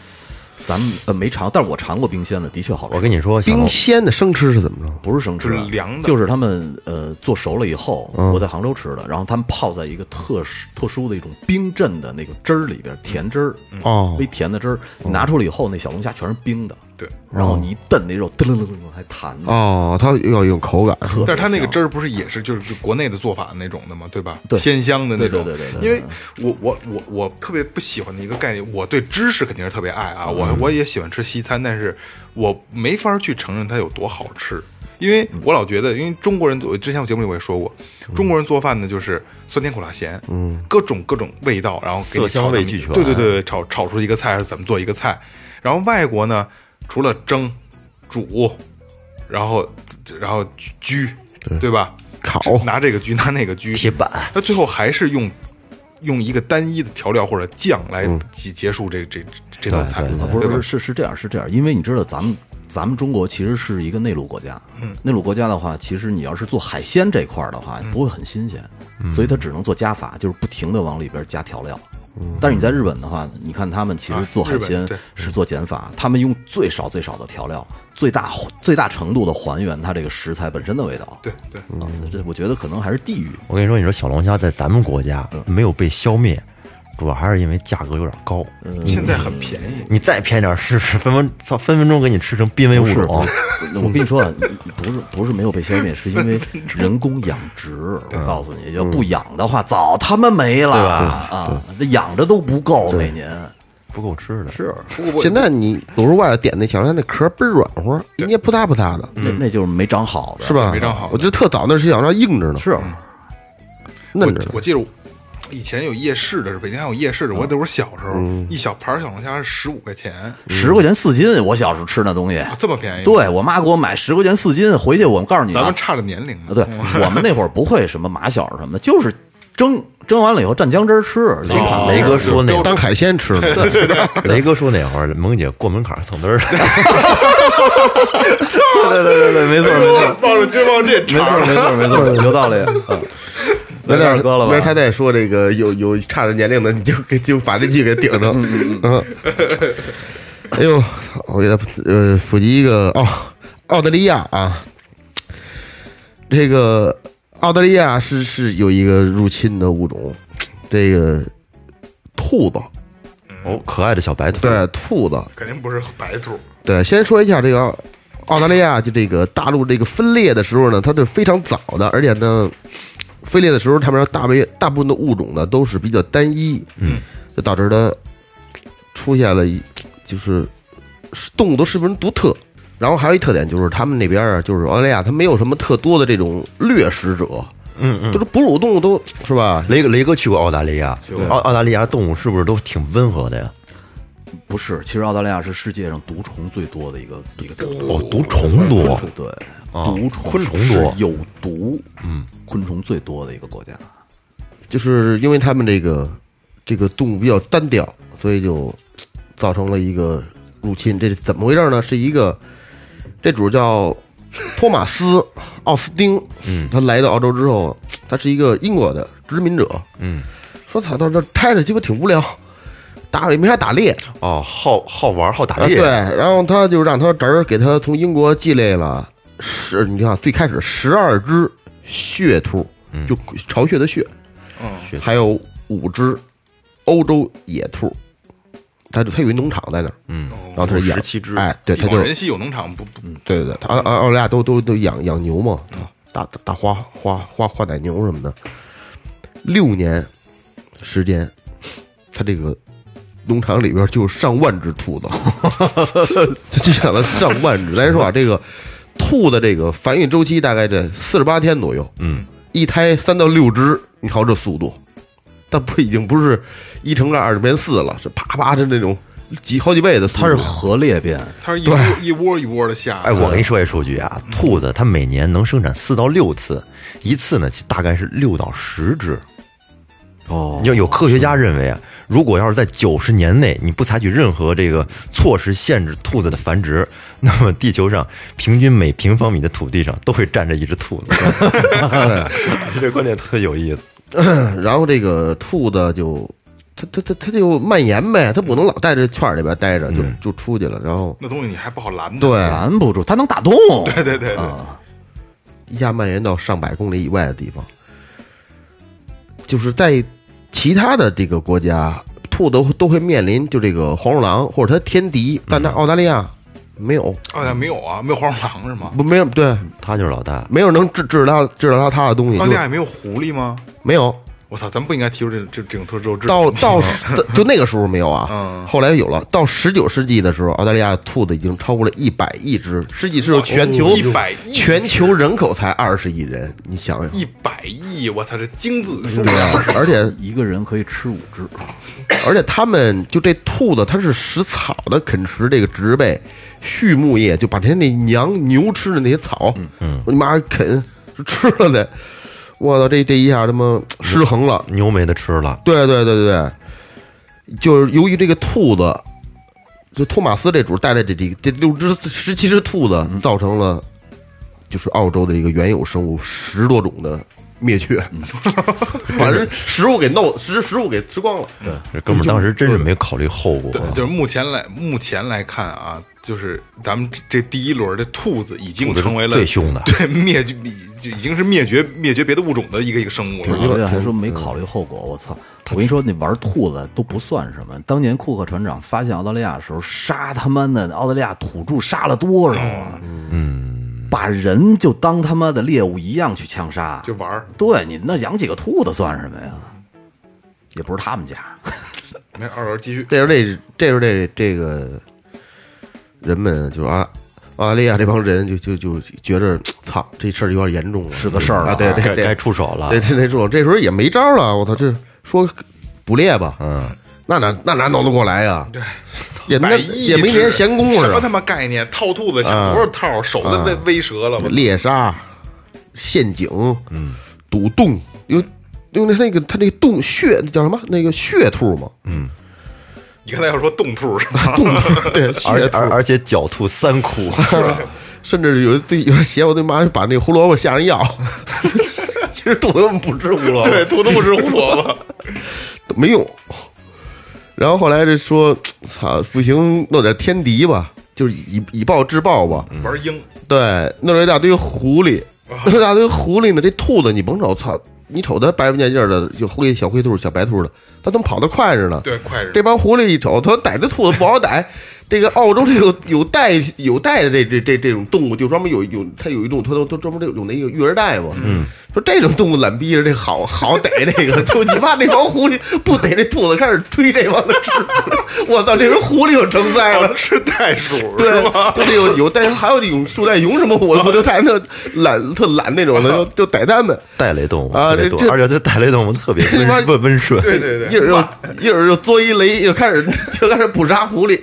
S6: 咱们呃没尝，但是我尝过冰鲜的，的确好吃。
S5: 我跟你说，小
S4: 冰
S5: 龙，
S4: 鲜的生吃是怎么着？
S6: 不是生吃的，
S3: 就是凉的
S6: 就是他们呃做熟了以后，我在杭州吃的，然后他们泡在一个特殊特殊的一种冰镇的那个汁儿里边，甜汁儿，
S3: 嗯
S4: 哦
S6: 微甜的汁儿，你拿出来以后，那小龙虾全是冰的，
S3: 对，
S6: 然后你一蹬那肉，噔噔噔噔噔还弹呢，
S4: 哦，它要有口感，
S6: 特别
S3: 但是它那个
S6: 香
S3: 汁儿不是也是就是就国内的做法那种的吗？对吧？
S6: 对
S3: 鲜香的那种。
S6: 对对对对对
S3: 因为我我我我特别不喜欢的一个概念，我对芝士肯定是特别爱啊，
S6: 嗯
S3: 我我也喜欢吃西餐，但是我没法去承认它有多好吃，因为
S6: 嗯
S3: 我老觉得，因为中国人做，之前我节目里我也说过，中国人做饭呢就是酸甜苦辣咸，嗯，各种各种味道，然后给你
S5: 色香
S3: 炒
S5: 味
S3: 成
S5: 俱全
S3: 对对对对，炒炒出一个菜是怎么做一个菜，然后外国呢，除了蒸、煮，然后然后焗，对吧？
S4: 烤
S3: 拿这个焗，拿那个焗，
S5: 铁板
S3: 它最后还是用用一个单一的调料或者酱来
S4: 嗯
S3: 结结束这这这道菜，
S6: 啊，不
S3: 对吧
S6: 是，是是这样，是这样，因为你知道咱们咱们中国其实是一个内陆国家，嗯，内陆国家的话，其实你要是做海鲜这块儿的
S3: 嗯
S6: 话，不会很新鲜，所以它只能做加法，就是不停的往里边加调料。但是你在日本的话，你看他们其实做海
S3: 啊日本
S6: 鲜
S3: 对
S6: 是做减法，他们用最少最少的调料，最大最大程度的还原它这个食材本身的味道。
S3: 对对，
S6: 啊，这我觉得可能还是地域。
S5: 我跟你说，你说小龙虾在咱们国家没有被消灭，主要还是因为价格有点高。
S3: 现在很便宜。
S5: 你再便宜点试试，分分分分钟给你吃成濒危
S6: 不
S5: 物
S6: 是，
S5: 种
S6: 不。是我跟你说啊，不是不是没有被消灭，是因为人工养 (laughs) 殖。我告诉你，要不养的话，早他妈没了啊！这养着都不够，每年
S5: 不够吃的，
S6: 是
S3: 不过我
S4: 现在你卤肉外头点那小龙虾那壳倍儿软和，一捏扑嗒扑嗒的，
S6: 那那嗯就是没长好的，
S4: 是？吧？
S3: 没长好
S4: 我觉得特早那是小龙虾硬着呢，
S6: 是，
S4: 嫩
S3: 我
S4: 着呢。嗯
S3: 我记得我以前有夜市的，北京还有夜市的，我那会儿小时候一小盘小龙虾是十五块钱，啊
S6: 十块钱四斤，我小时候吃那东西，
S3: 这么便宜？，
S6: 对我妈给我买十块钱四斤，回去我告诉你啊，
S3: 咱们差着年龄
S6: 啊，
S3: 呢。
S6: 对我们那会儿不会什么马小什么的，就是蒸蒸完了以后蘸姜汁儿吃，雷
S5: 哦雷哥说那会
S4: 当海鲜吃呢，
S5: 儿，雷哥说那会儿，萌姐过门槛儿蹭嘚儿的。
S6: 对对对对，没错没错。
S3: 忘了就忘这
S6: 没错，没错，没错， (laughs) 有道理。嗯
S4: 那
S6: 有点高了吧
S4: 明儿他再说这个有有差着年龄的，你就给就把这句给顶上。嗯， (laughs) 哎呦，操我给他呃普及一个哦，澳大利亚啊，这个澳大利亚是是有一个入侵的物种，这个兔子，
S5: 哦，可爱的小白兔。
S4: 对兔子，
S3: 肯定不是白兔，
S4: 对，先说一下这个澳澳大利亚，就这个大陆这个分裂的时候呢，它是非常早的，而且呢，分裂的时候，他们大为大部分的物种呢都是比较单一，嗯，就导致它出现了一就是动物都十分独特。然后还有一特点就是他们那边啊，就是澳大利亚，它没有什么特多的这种掠食者，嗯嗯，就是哺乳动物都是吧？
S5: 雷哥雷哥去过澳大利亚，澳澳大利亚动物是不是都挺温和的呀？
S6: 不是，其实澳大利亚是世界上毒虫最多的一个一个国
S5: 哦，毒虫多，
S6: 对，
S5: 啊
S6: 毒虫
S5: 昆虫
S6: 是
S5: 多
S6: 有毒，嗯，昆虫最多的一个国家。
S4: 就是因为他们这个这个动物比较单调，所以就造成了一个入侵。这是怎么回事呢？是一个这主叫托马斯· (laughs) 奥斯丁，嗯，他来到澳洲之后，他是一个英国的殖民者，
S5: 嗯，
S4: 说他到这儿待着鸡巴挺无聊，打也没啥打猎，
S5: 哦，好好玩好打
S4: 啊，
S5: 猎，
S4: 对，然后他就让他侄儿给他从英国寄来了十，你看最开始十二只血兔，就巢穴的穴，
S5: 嗯血
S4: 还有五只欧洲野兔，他就他有一农场在那儿，
S5: 嗯，
S3: 哦
S4: 然后他是养
S5: 17只
S4: 哎，对，他
S3: 往
S4: 就
S3: 人稀有农场不不
S4: 对对对，他澳澳澳大利亚都都都养养牛嘛，大大大花花花花奶牛什么的，六年时间，他这个农场里边就有上万只兔子， (laughs) 就养了上万只。咱说啊，这个兔的这个繁育周期大概在四十八天左右，
S5: 嗯，
S4: 一胎三到六只，你瞧这速度，但不已经不是一乘二二变四了，是啪啪的那种几好几倍的速度，
S6: 它是核裂变，
S3: 它是一窝一窝一窝的下。
S5: 哎，我跟你说一数据啊，兔子它每年能生产四到六次，一次呢大概是六到十只。
S6: 哦
S5: 你要有科学家认为啊，如果要是在九十年内你不采取任何这个措施限制兔子的繁殖， (laughs) 那么地球上平均每平方米的土地上都会站着一只兔 (laughs) 子。这观点特有意思。
S4: 然后这个兔子就它它它它就蔓延呗，它不能老在这圈儿里边待着，就
S3: 嗯
S4: 就出去了。然后
S3: 那东西你还不好拦它。
S4: 对，啊
S6: 拦不住，它能打洞。
S3: 对对对对，
S4: 一下蔓延到上百公里以外的地方，就是在其他的这个国家，兔都都会面临就这个黄鼠狼或者它天敌，但
S3: 嗯
S4: 它澳大利亚没有，
S3: 澳大利亚没有啊，没有黄鼠狼是吗？
S4: 不没有对，
S5: 他就是老大，
S4: 没有能治治到治到它的东西，
S3: 澳大
S4: 就
S3: 利亚也没有狐狸吗？
S4: 没有。
S3: 我操，咱们不应该提出这这这种特殊制
S4: (laughs) 到到十就那个时候没有啊
S3: 嗯，
S4: 后来有了。到十九世纪的时候，澳大利亚的兔子已经超过了一百亿只，实际是全球
S3: 100亿哦
S4: 全球人口才二十亿人，你想想，
S3: (laughs) 一百亿，我操，这精子数
S4: 对
S3: 量
S4: 啊，而且
S6: 一个人可以吃五只，
S4: 而且他们就这兔子，它是食草的，啃食这个植被、畜牧业，就把人家那娘牛吃的那些草，嗯，我你妈啃就吃了的，我操，这这一下他妈失衡了，
S5: 牛没得吃了，
S4: 对对对对对，就是由于这个兔子，就托马斯这主带来这这这六只十七只兔子，造成了就是澳洲的一个原有生物十多种的灭绝，把人食物给弄食食物给吃光了。
S5: 这哥们儿当时真是没考虑后果啊
S3: 对，，就是目前来目前来看啊，就是咱们这第一轮的兔子已经
S5: 兔子是
S3: 成为了
S5: 最凶的
S3: 对灭绝就已经是灭绝灭绝别的物种的一个一个生物了。啊
S6: 有啊人还说没考虑后果，我操！我跟你说，那玩兔子都不算什么。当年库克船长发现澳大利亚的时候，杀他妈的澳大利亚土著杀了多少啊？嗯，把人就当他妈的猎物一样去枪杀，啊
S3: 就玩儿，
S6: 对你那养几个兔子算什么呀？也不是他们家，
S3: 那二轮继续，
S4: 这时候这这时候这这个人们就是啊。澳大利亚这帮人就就就觉着，操，这事儿有点严重了，
S6: 是个事儿了
S4: 啊！对对
S5: 该
S4: 对，
S5: 该出手了
S4: 对，对对，这种这时候也没招儿了，我操，这说捕猎吧，
S5: 嗯，
S4: 那哪那哪弄得过来呀？对，也没
S3: 百亿
S4: 也没
S3: 只
S4: 闲闲工夫嗯
S3: 什么他
S4: 啊，
S3: 妈概念？套兔子想多少套？手都威威折了，我
S4: 猎杀、陷阱、嗯，赌洞，因为因为他那个他那个洞血那叫什么？那个血兔嘛，
S3: 你刚才要说冻兔是 (laughs) 吧？
S4: 洞对
S5: 而
S4: 血
S5: 且
S4: 兔，
S5: 而而且狡兔三
S4: (laughs)
S5: 窟，
S4: 嗯甚至有对有的鞋我他妈把那胡萝卜下人药，其实肚子根本不吃胡萝卜，
S3: 对，兔子不吃胡萝卜，
S4: 没用。然后后来这说，操，不行，弄点天敌吧，就是以以暴制暴吧。
S3: (laughs) 玩鹰，
S4: 对，弄了一大堆狐狸，弄了一大堆狐狸呢。这兔子你甭瞅，操，你瞅它白不见劲儿的，就灰小灰兔、小白兔的，它怎么跑得快着呢？
S3: 对，快着
S4: 这帮狐狸一瞅，它逮这兔子不好逮。这个澳洲这个有带有带的这这这这种动物，就专门有有它有一种它都它专门有那个育儿带嘛。嗯，说这种动物懒逼着这好好逮这个， (laughs) 就你怕那帮狐狸不逮这兔子，开始推这帮子吃。 (laughs) 我操，这人狐狸有成灾了，
S3: 吃袋鼠
S4: 对
S3: 是吗？，
S4: 就是有有带，还有那种树袋熊什么，我我就带那懒特懒那种的，就就逮他们，
S5: 带雷动物
S4: 啊
S5: 特别
S4: 这
S5: 多，
S4: 这
S5: 而且这带雷动物特别
S4: 这他妈
S5: 温温温顺，
S3: 对对
S4: 一
S3: 对，
S4: 会儿又一会儿又作一雷，又开始就开始捕杀狐狸，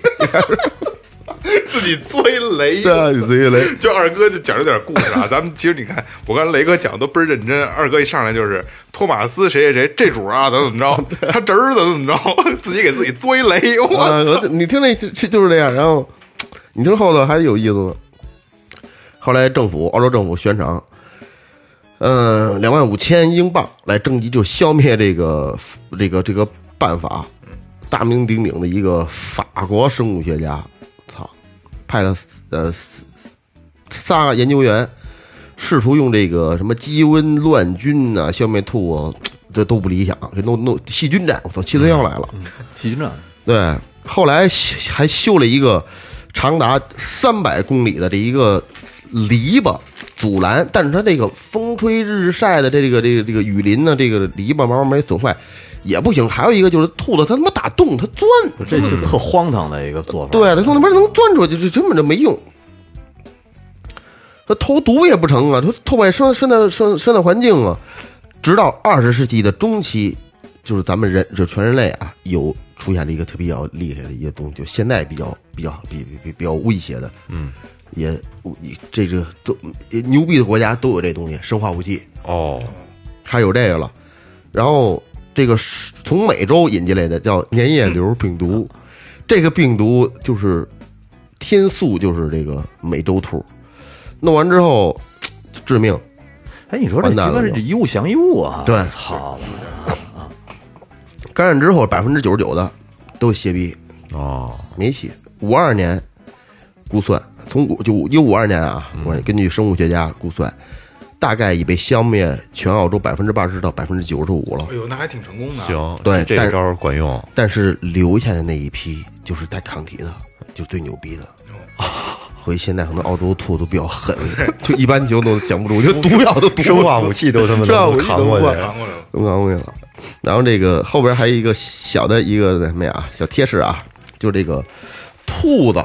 S3: 自己作一雷。
S4: 对，作一雷，
S3: 就二哥就讲了点故事啊，咱们其实你看，我刚才雷哥讲的都倍儿认真，二哥一上来就是托马斯谁谁谁这主啊，怎么怎么着，他侄儿怎么怎么着，自己给自己作一雷，
S4: 啊
S3: 我，
S4: 我你听那这这就是这样，然后你听后头还有意思呢。后来政府，澳洲政府悬赏，嗯、两万五千英镑来征集，就消灭这个这个这个办法，大名鼎鼎的一个法国生物学家，操，派了呃仨仨研究员，试图用这个什么鸡瘟乱菌啊消灭兔啊，这都不理想，给弄弄细菌战，我操，七四幺来了。
S6: 细菌战
S4: 对，后来修还修了一个长达三百公里的这一个篱笆阻拦，但是它这个风吹日晒的这个这个这个雨林呢，这个篱笆慢慢没损坏也不行。还有一个就是兔子它他妈打洞它钻，
S6: (laughs) 这就特荒唐的一个做法。
S4: 对，啊它从那边能钻出去，这根本就没用。它投毒也不成啊，它破坏生生态生生态环境啊。直到二十世纪的中期，就是咱们人就全人类啊，有出现了一个特别比较厉害的一个东西，就现在比较比较比比比比较威胁的，嗯，也这个都牛逼的国家都有这东西，生化武器
S5: 哦，
S4: 还有这个了，然后这个是从美洲引进来的叫粘液瘤病毒，这个病毒就是天宿，就是这个美洲兔，弄完之后致命，
S6: 哎，你说这
S4: 完
S6: 鸡
S4: 蛋
S6: 巴
S4: 了
S6: 是
S4: 就
S6: 一物降一物啊！
S4: 对
S6: 操了！
S4: 感染之后百分之九十九的都歇逼，
S5: 哦，
S4: 没戏。五二年估算，从古就一五二年啊，我根据生物学家估算，大概已被消灭全澳洲百分之八十到百分之九十五了
S3: 哎。呦，那还挺成功的。，
S5: 行，
S4: 啊对
S5: 这
S4: 但
S5: 个
S4: 是
S5: 招儿管用，
S4: 但是留下的那一批就是带抗体的，就是最牛逼的。
S5: 哦
S4: (laughs) 所以现在可能澳洲兔都比较狠， (laughs) 就一般球都降不
S5: (laughs)
S4: 住，就毒药都嗯毒不
S5: 生化武器都他妈
S4: 生化
S5: 能
S4: 武器
S5: 扛
S4: 都
S5: 过
S4: 过
S5: 去，
S3: 扛过来了。
S4: 龙岗位了。然后这个后边还有一个小的一个什么呀，小贴士啊，就是这个兔子，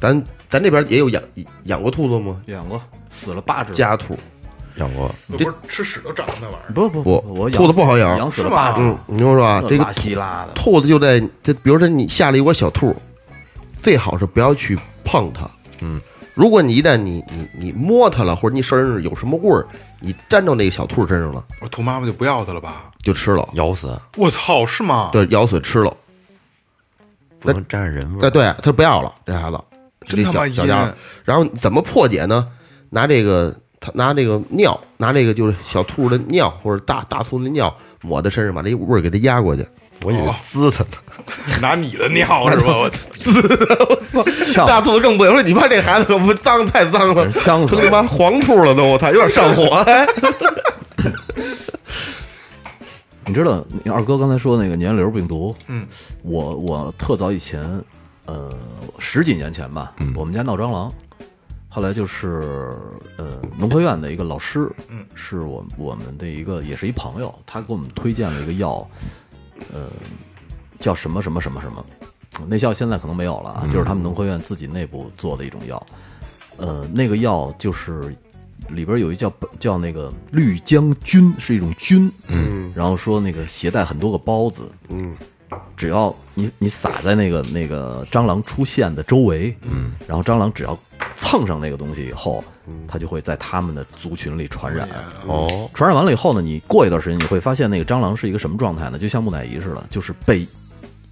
S4: 咱咱这边也有养养过兔子吗？
S6: 养过，死了八只。
S4: 家兔，
S5: 养过，
S3: 不是吃屎都长那玩意儿，
S6: 不不
S4: 不
S6: 我养
S4: 兔子不好
S6: 死
S4: 养
S6: 养死了
S3: 是吗
S6: 八只。
S4: 嗯，你听我说啊，这个
S6: 拉稀拉的， (laughs)
S4: 兔子就在这，比如说你下了一窝小兔，最好是不要去碰它。
S5: 嗯，
S4: 如果你一旦你你你摸它了，或者你手上有什么味儿，你沾到那个小兔身上了，
S3: 我兔妈妈就不要它了吧？
S4: 就吃了，
S5: 咬死，
S3: 我操，是吗？
S4: 对，咬死吃了。
S5: 不能沾上人味
S4: 哎，
S5: 儿。
S4: 对他不要了，这孩子，这
S3: 真他妈
S4: 小小
S3: 阴
S4: 家伙。然后怎么破解呢？拿这个，他拿这个尿，拿这个就是小兔的尿或者大大兔的尿抹在身上，把这味儿给它压过去。
S5: 我以
S4: 哦
S5: 为滋它呢，
S3: 拿你的尿是吧？我
S4: (laughs) 大兔子更不行了，你妈这孩子可不脏，太脏了，
S6: 呛死了
S4: 成他妈黄兔了都，我操，有点上 (laughs) 火。哎
S6: 你知道你二哥刚才说那个黏瘤病毒，
S3: 嗯，
S6: 我我特早以前，呃，十几年前吧，我们家闹蟑螂，后来就是呃，农科院的一个老师，嗯，是我我们的一个也是一朋友，他给我们推荐了一个药，呃，叫什么什么什么什么，那药现在可能没有了啊，就是他们农科院自己内部做的一种药，呃，那个药就是里边有一叫叫那个绿将军，是一种菌，嗯，然后说那个携带很多个孢子，嗯，只要你你撒在那个那个蟑螂出现的周围，嗯，然后蟑螂只要蹭上那个东西以后，它就会在它们的族群里传染，
S5: 哦，
S6: 传染完了以后呢，你过一段时间你会发现那个蟑螂是一个什么状态呢？就像木乃伊似的，就是被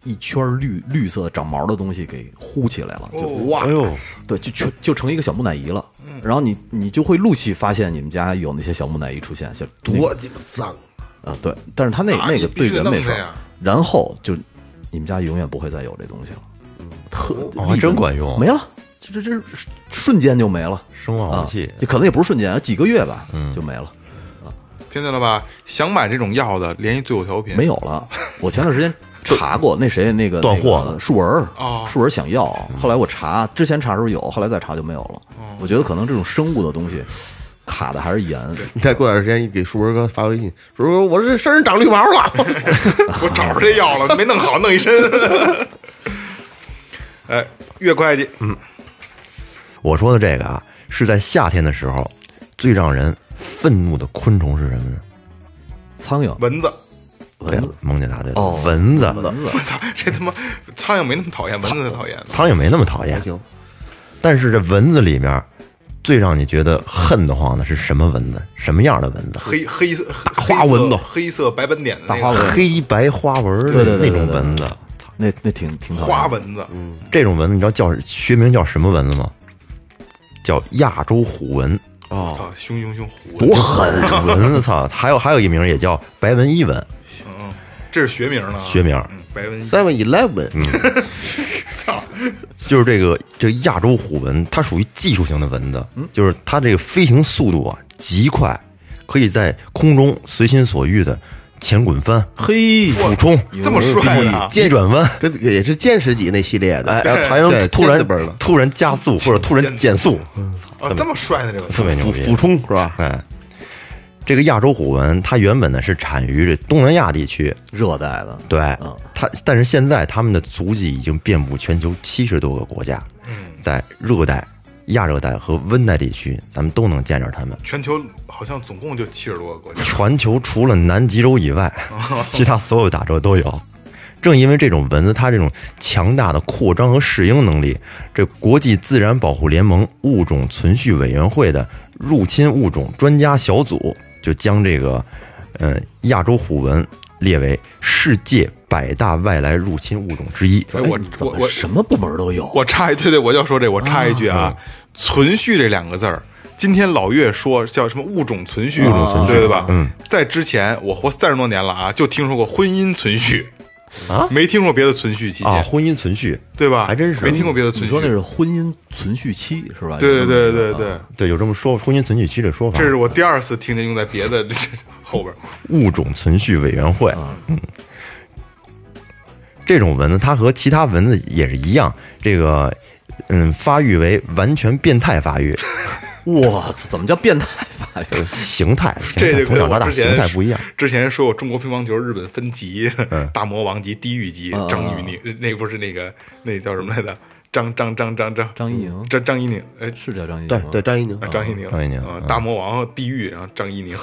S6: 一圈绿绿色长毛的东西给糊起来了，就
S4: 哇
S5: 哎呦，
S6: 对，就全就成一个小木乃伊了。
S3: 嗯
S6: 然后你你就会陆续发现你们家有那些小木乃伊出现，小
S4: 多鸡巴脏！
S6: 啊，对，但是他那
S3: 啊
S6: 那
S3: 你
S6: 个
S3: 必须
S6: 对人没
S3: 弄
S6: 事
S3: 它呀
S6: 儿，然后就你们家永远不会再有这东西了，
S3: 嗯
S6: (laughs) 特
S5: 哦还真管用
S6: 没了，这这这瞬间就没了
S5: 生化
S6: 啊
S5: 武器，，
S6: 就可能也不是瞬间，几个月吧，
S5: 嗯
S6: 就没了，
S3: (laughs) 听见了吧？想买这种药的，联系最后调频。
S6: (laughs) 没有了。我前段时间查过，那谁那个
S5: 断货
S6: 那
S5: 了嗯
S6: 个树文儿
S3: 哦
S6: 树文儿想要，后来我查，之前查时候有，后来再查就没有了。
S3: 哦
S6: 我觉得可能这种生物的东西卡的还是严。
S4: 你再过段时间，你给树文哥发微信，树文哥，我这身上长绿毛了。
S3: (laughs) 我找着这药了，没弄好，弄一身。 (laughs) 哎，岳会计，
S5: 我说的这个啊，是在夏天的时候，最让人愤怒的昆虫是什么呢？
S6: 苍蝇、
S3: 蚊子，
S5: 对了，萌姐答对了，
S6: 哦
S5: 蚊子。
S6: 蚊子
S3: 我操，这他妈苍蝇没那么讨厌，蚊子才讨厌呢。
S5: 苍蝇没那么讨厌，
S4: 行，
S5: 但是这蚊子里面最让你觉得恨得慌的是什么蚊子？什么样的蚊子？
S3: 黑黑色
S5: 花蚊子
S3: 黑色白斑点的那
S6: 大花
S3: 个
S6: 蚊
S5: 黑白花纹
S6: 对
S5: 的
S6: 对
S5: 那
S6: 对对
S5: 种
S6: 对
S5: 蚊子。
S6: 那那挺挺讨厌
S3: 花蚊子，
S5: 这种蚊子你知道叫学名叫什么蚊子吗？叫亚洲虎纹。
S3: 我操，熊熊熊虎，
S5: 多狠！蚊子操，
S6: 啊
S5: (laughs) 还有还有一名也叫白纹伊蚊，
S3: 这是学名呢，
S5: 学名
S3: 嗯，白蚊子，
S4: (laughs) seven eleven，
S3: 操，
S5: 就是这个这个亚洲虎纹，它属于技术型的蚊子，
S6: 嗯
S5: 就是它这个飞行速度啊极快，可以在空中随心所欲的前滚翻、
S6: 嘿，
S5: 俯冲、
S3: 这么帅啊！
S5: 急转
S4: (laughs)
S5: 弯，
S4: 这也是歼十级那系列的。
S5: 哎，然后还能
S4: 对
S5: 突然
S4: 尖子本儿了
S5: 突然加速或者突然减
S4: (laughs)
S5: 速，
S3: 啊，这么帅呢，这个
S5: 特别牛
S4: 俯
S5: 逼，
S4: 俯冲是吧？
S5: 哎，这个亚洲虎纹它原本呢是产于这东南亚地区，
S6: 热带的，
S5: 对，
S4: 嗯
S5: 它但是现在它们的足迹已经遍布全球七十多个国家，
S4: 嗯
S5: 在热带、亚热带和温带地区，咱们都能见着它们。
S3: 全球好像总共就七十多个国家，
S5: 全球除了南极洲以外，其他所有大洲都有。正因为这种蚊子它这种强大的扩张和适应能力，这国际自然保护联盟物种存续委员会的入侵物种专家小组就将这个，呃，亚洲虎纹列为世界百大外来入侵物种之一。
S3: 哎，我
S6: 哎怎
S3: 我
S6: 么
S3: 我
S6: 什么部门都有，
S3: 我插一，对对，我就要说这，我插一句啊，存续这两个字儿今天老岳说叫什么物种存续，
S5: 物种存续
S3: 对对吧？
S5: 嗯，
S3: 在之前我活三十多年了啊，就听说过婚姻存续，
S5: 啊
S3: 没听过别的存续期间，
S5: 啊，婚姻存续，
S3: 对吧？
S5: 还真是
S3: 没听过别的存
S6: 你
S3: 续。
S6: 说那是嗯婚姻存续期是吧？
S3: 对对对对对，
S6: 啊
S5: 对，有这么说婚姻存续期这说法，
S3: 这是我第二次听见用在别的 (laughs) 后边儿。
S5: 物种存续委员会。嗯，这种蚊子它和其他蚊子也是一样，这个嗯，发育为完全变态发育，
S6: 哇，怎么叫变态法呀？ (laughs)
S5: 形态
S3: 这
S5: 形态
S3: 就
S5: 从
S3: 跟
S5: 小到
S3: 我
S5: 大
S3: 之
S5: 形
S3: 前
S5: 态不一样。
S3: 之前说过中国乒乓球日本分级，大魔王级、地狱级，
S6: 啊
S3: 张玉宁，那不是那个那叫什么来着？张张张张张
S6: 张怡宁
S3: 张张怡宁，哎，
S6: 是叫张艺
S4: 对
S6: 谋吗
S4: 对，张怡宁
S3: 啊，张怡宁，
S5: 张怡宁
S3: 啊
S5: 嗯
S3: 大魔王、地狱，然后张怡宁，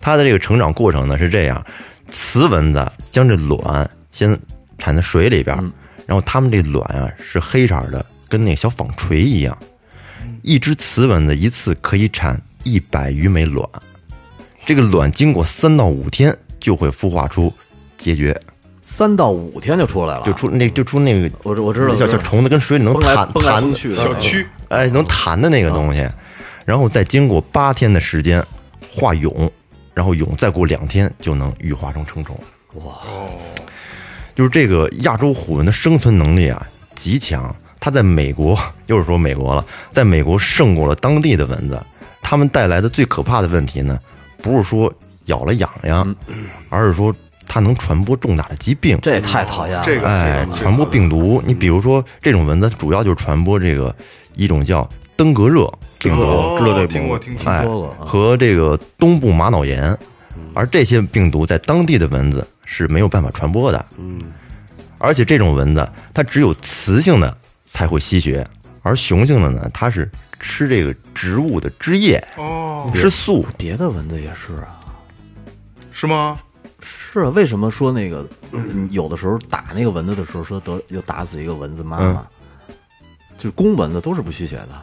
S5: 它的这个成长过程呢是这样：雌蚊子将这卵先产在水里
S6: 嗯
S5: 边，然后它们这卵啊是黑色的，跟那个小纺锤一样。
S6: 嗯
S5: 一只雌蚊子一次可以产一百余枚卵，这个卵经过三到五天就会孵化出孑孓，
S6: 三到五天就出来了，
S5: 就出那就出那个
S6: 我知我知道，
S5: 小小虫子跟水里能
S6: 蹦来
S5: 弹
S6: 蹦来
S5: 弹
S6: 蹦去的
S3: 小区
S5: 哎，能弹的那个东西，然后再经过八天的时间化蛹，然后蛹再过两天就能羽化成成虫。
S3: 哦，
S5: 就是这个亚洲虎纹的生存能力啊极强，它在美国又是说美国了，在美国胜过了当地的蚊子。它们带来的最可怕的问题呢，不是说咬了痒痒，而是说它能传播重大的疾病。
S6: 这也太讨厌了。
S3: 这个
S5: 哎
S3: 这，个
S5: 传播病毒，你比如说这种蚊子，主要就是传播这个一种叫登革热病毒，
S3: 哦
S5: 知道这
S3: 听
S5: 病
S3: 过
S5: 毒
S3: 听
S5: 哎
S6: 说过啊
S5: 和这个东部玛瑙炎，而这些病毒在当地的蚊子是没有办法传播的。嗯，而且这种蚊子它只有雌性的才会吸血，而雄性的呢，它是吃这个植物的枝叶，
S3: 哦，
S5: 吃素。
S6: 别的蚊子也是啊，
S3: 是吗？
S6: 是啊。为什么说那个嗯有的时候打那个蚊子的时候说得又打死一个蚊子妈妈？就是公蚊子都是不吸血的。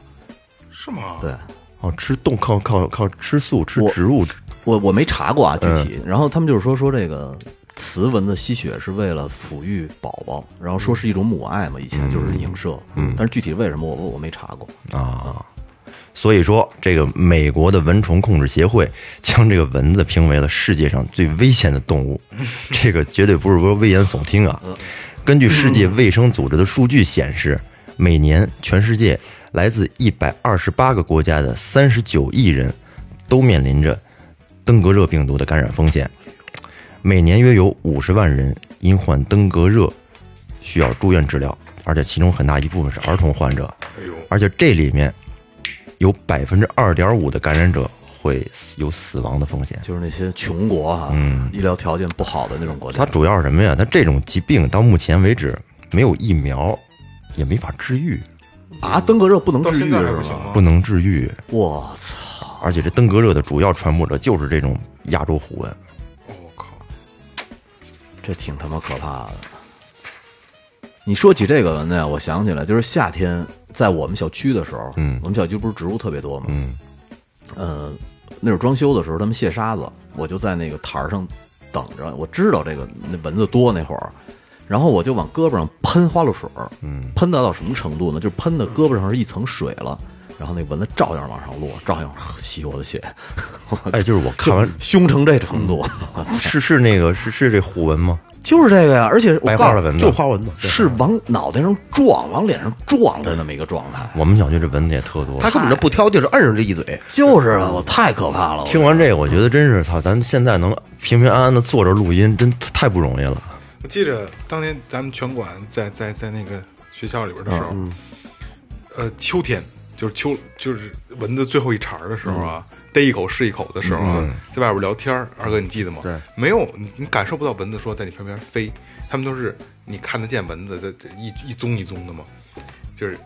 S3: 是吗？
S6: 对
S5: 哦，吃动靠靠靠吃素吃
S6: 我
S5: 植物
S6: 我我没查过啊具体，然后他们就是说说这个雌蚊子吸血是为了抚育宝宝，然后说是一种母爱嘛，以前就是影射。嗯，但是具体为什么我我我没查过。
S5: 啊。所以说，这个美国的蚊虫控制协会将这个蚊子评为了世界上最危险的动物，
S3: (laughs)
S5: 这个绝对不是说危言耸听啊。
S3: 嗯
S5: 根据世界卫生组织的数据显示，每年全世界来自一百二十八个国家的三十九亿人都面临着登革热病毒的感染风险，每年约有五十万人因患登革热需要住院治疗，而且其中很大一部分是儿童患者。
S3: 哎呦，
S5: 而且这里面有百分之二点五的感染者会有死亡的风险。
S6: 就是那些穷国哈、医疗条件不好的那种国家
S5: 它，主要是什么呀？它这种疾病到目前为止没有疫苗，也没法治愈，
S6: 啊，登革热不能
S3: 到
S6: 治
S3: 现
S6: 愈
S3: 在还
S6: 是
S3: 不行
S6: 吗？
S3: 吗？
S5: 不能治愈。
S6: 我操！
S5: 而且这登革热的主要传播者就是这种亚洲虎纹。
S3: 哦我靠，
S6: 这挺他妈可怕的。你说起这个蚊子呀，我想起来，就是夏天在我们小区的时候，嗯，我们小区不是植物特别多吗？嗯，呃，那会儿装修的时候，他们卸沙子，我就在那个台儿上等着。我知道这个那蚊子多那会儿，然后我就往胳膊上喷花露水，嗯，喷到到什么程度呢？就是喷的胳膊上是一层水了。然后那蚊子照样往上落，照样吸我的血，
S5: 哎，就是我看完嗯
S6: 凶成这程度，我操
S5: 是是那个是是这虎纹吗？
S6: 就是这个呀！而且我
S5: 白
S6: 告
S5: 花
S6: 诉
S5: 的蚊
S6: 你。
S5: 子，
S4: 就是花蚊子，
S6: 是往脑袋上撞，往脸上撞的那么一个状态，
S5: 我们小区这蚊子也特多。
S4: 他根本就不挑剔，是摁上这一嘴。
S6: 就是啊，我太可怕了。
S5: 听完这个，我觉得真是操，咱们现在能平平安安的坐着录音，真太不容易了。
S3: 我记着当年咱们拳馆在在在那个学校里边的时候，
S6: 嗯
S3: 呃，秋天就是秋就是蚊子最后一茬儿的时候啊，
S6: 嗯
S3: 逮一口是一口的时候啊，在外边聊天儿，二哥你记得吗？对，没有你你感受不到蚊子说在你旁边飞，他们都是你看得见蚊子的这一一宗一宗的嘛，就是，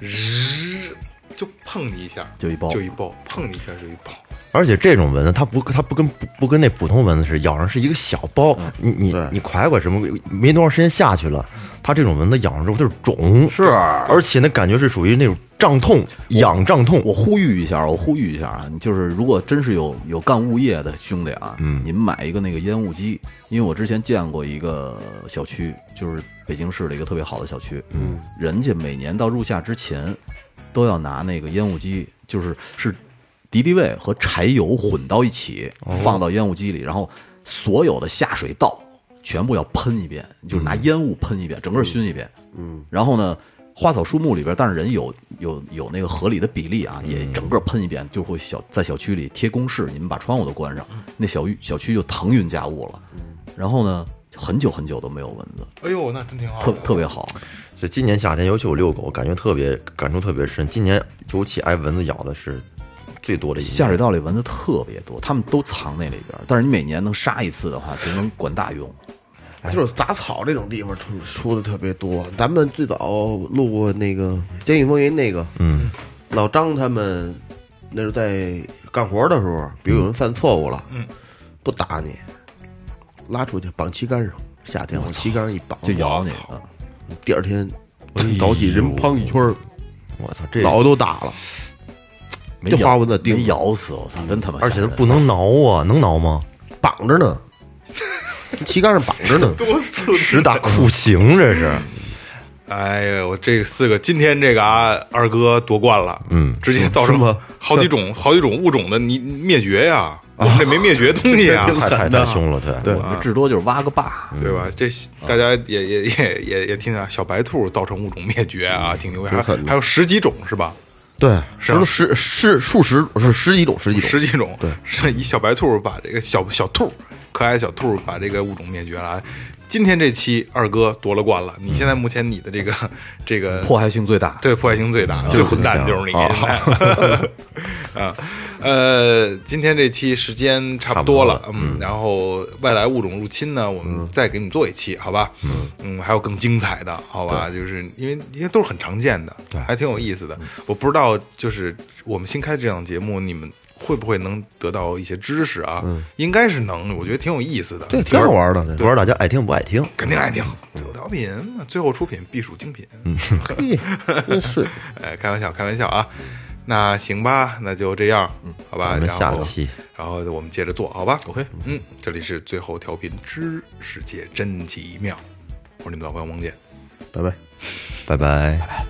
S3: 日就碰你一下
S6: 就一包
S3: 就一包，碰你一下就一包。
S5: 而且这种蚊子，它不，它不跟不不跟那普通蚊子似的，咬上是一个小包，你你
S4: 对
S5: 你快快什么，没多长时间下去了，它这种蚊子咬上之后它是肿，是，而且那感觉是属于那种胀痛、痒胀痛。
S6: 我呼吁一下，我呼吁一下啊，你就是如果真是有有干物业的兄弟啊，嗯，您买一个那个烟雾机，因为我之前见过一个小区，就是北京市的一个特别好的小区，嗯，人家每年到入夏之前，都要拿那个烟雾机，就是是敌敌畏和柴油混到一起，放到烟雾机里，然后所有的下水道全部要喷一遍，就是拿烟雾喷一遍，整个熏一遍。嗯，然后呢，花草树木里边，但是人有有有那个合理的比例
S4: 嗯
S6: 啊，也整个喷一遍，就会小在小区里贴公示，你们把窗户都关上，
S4: 嗯
S6: 那小区小区就腾云驾雾了。然后呢，很久很久都没有蚊子，
S3: 哎呦，那真
S4: 哦
S3: 挺好
S6: 特 (laughs)
S3: 的，
S6: 特别好。
S5: 这今年夏天，尤其我遛狗，感觉特别感触特别深。今年尤其挨蚊子咬的是最多的一年
S6: 下水道里蚊子特别多，它们都藏那里边儿。但是你每年能杀一次的话，其实能管大用。
S4: 哦就是杂草这种地方出出的特别多。咱们最早录过那个《监狱风云》那个，嗯，老张他们那时候在干活的时候，比如有人犯错误了，嗯，不打你，拉出去绑旗杆上，夏天往旗杆上一绑，
S6: 就咬你。嗯
S4: 第二天早起人胖一圈儿，
S5: 我操，这
S4: 脑袋都大了。
S6: 没
S4: 这
S6: 咬
S4: 花蚊子叮
S6: 没咬死我操，真他妈！
S5: 而且它不，能挠啊，能挠吗？
S4: 绑着呢，旗杆上绑着呢。
S3: 多次
S5: 直打酷刑，这是。
S3: 哎呀，我这四个今天这个啊，二哥夺冠了，嗯，直接造
S4: 是
S3: 成
S4: 吗
S3: 好几种好几种物种的你灭绝呀，我们这没灭绝东西啊，
S5: (laughs) 太太太凶了，对
S4: 啊
S5: 对
S6: 至多就是挖个坝。
S3: (laughs) 对吧？这大家也也也也也听啊，小白兔造成物种灭绝啊，挺牛逼，还还有十几种是吧？
S4: 对，十十十数十是十几种，十几种，
S3: 十几种，对，是以小白兔把这个小小兔，可爱小兔把这个物种灭绝了。今天这期二哥夺了冠了，你现在目前你的这个这个
S6: 迫害性最大，
S3: 对，破坏性最大，最混蛋的就是你。 (laughs) 啊，呃，今天这期时间差不多了，嗯，然后外来物种入侵呢，我们再给你做一期，好吧？嗯还有更精彩的，好吧？就是因为因为都是很常见的，对，嗯还挺有意思的。我不知道，就是我们新开这档节目，你们。会不会能得到一些知识啊？应该是能，我觉得挺有意思的。
S4: 这挺好玩的。
S5: 不知道大家爱听不爱听？
S3: 肯定爱听。最后调频嘛，最后出品必属精品。
S4: 这真是
S3: (laughs) 哎，开玩笑，开玩笑啊。那行吧，那就这样，好吧。
S5: 咱们
S3: 然
S5: 下
S3: 后
S5: 期，
S3: 然后我们接着做，好吧？OK，嗯，这里是最后调频之世界真奇妙，我是你们老朋友蒙姐。
S4: 拜拜。
S5: 拜拜。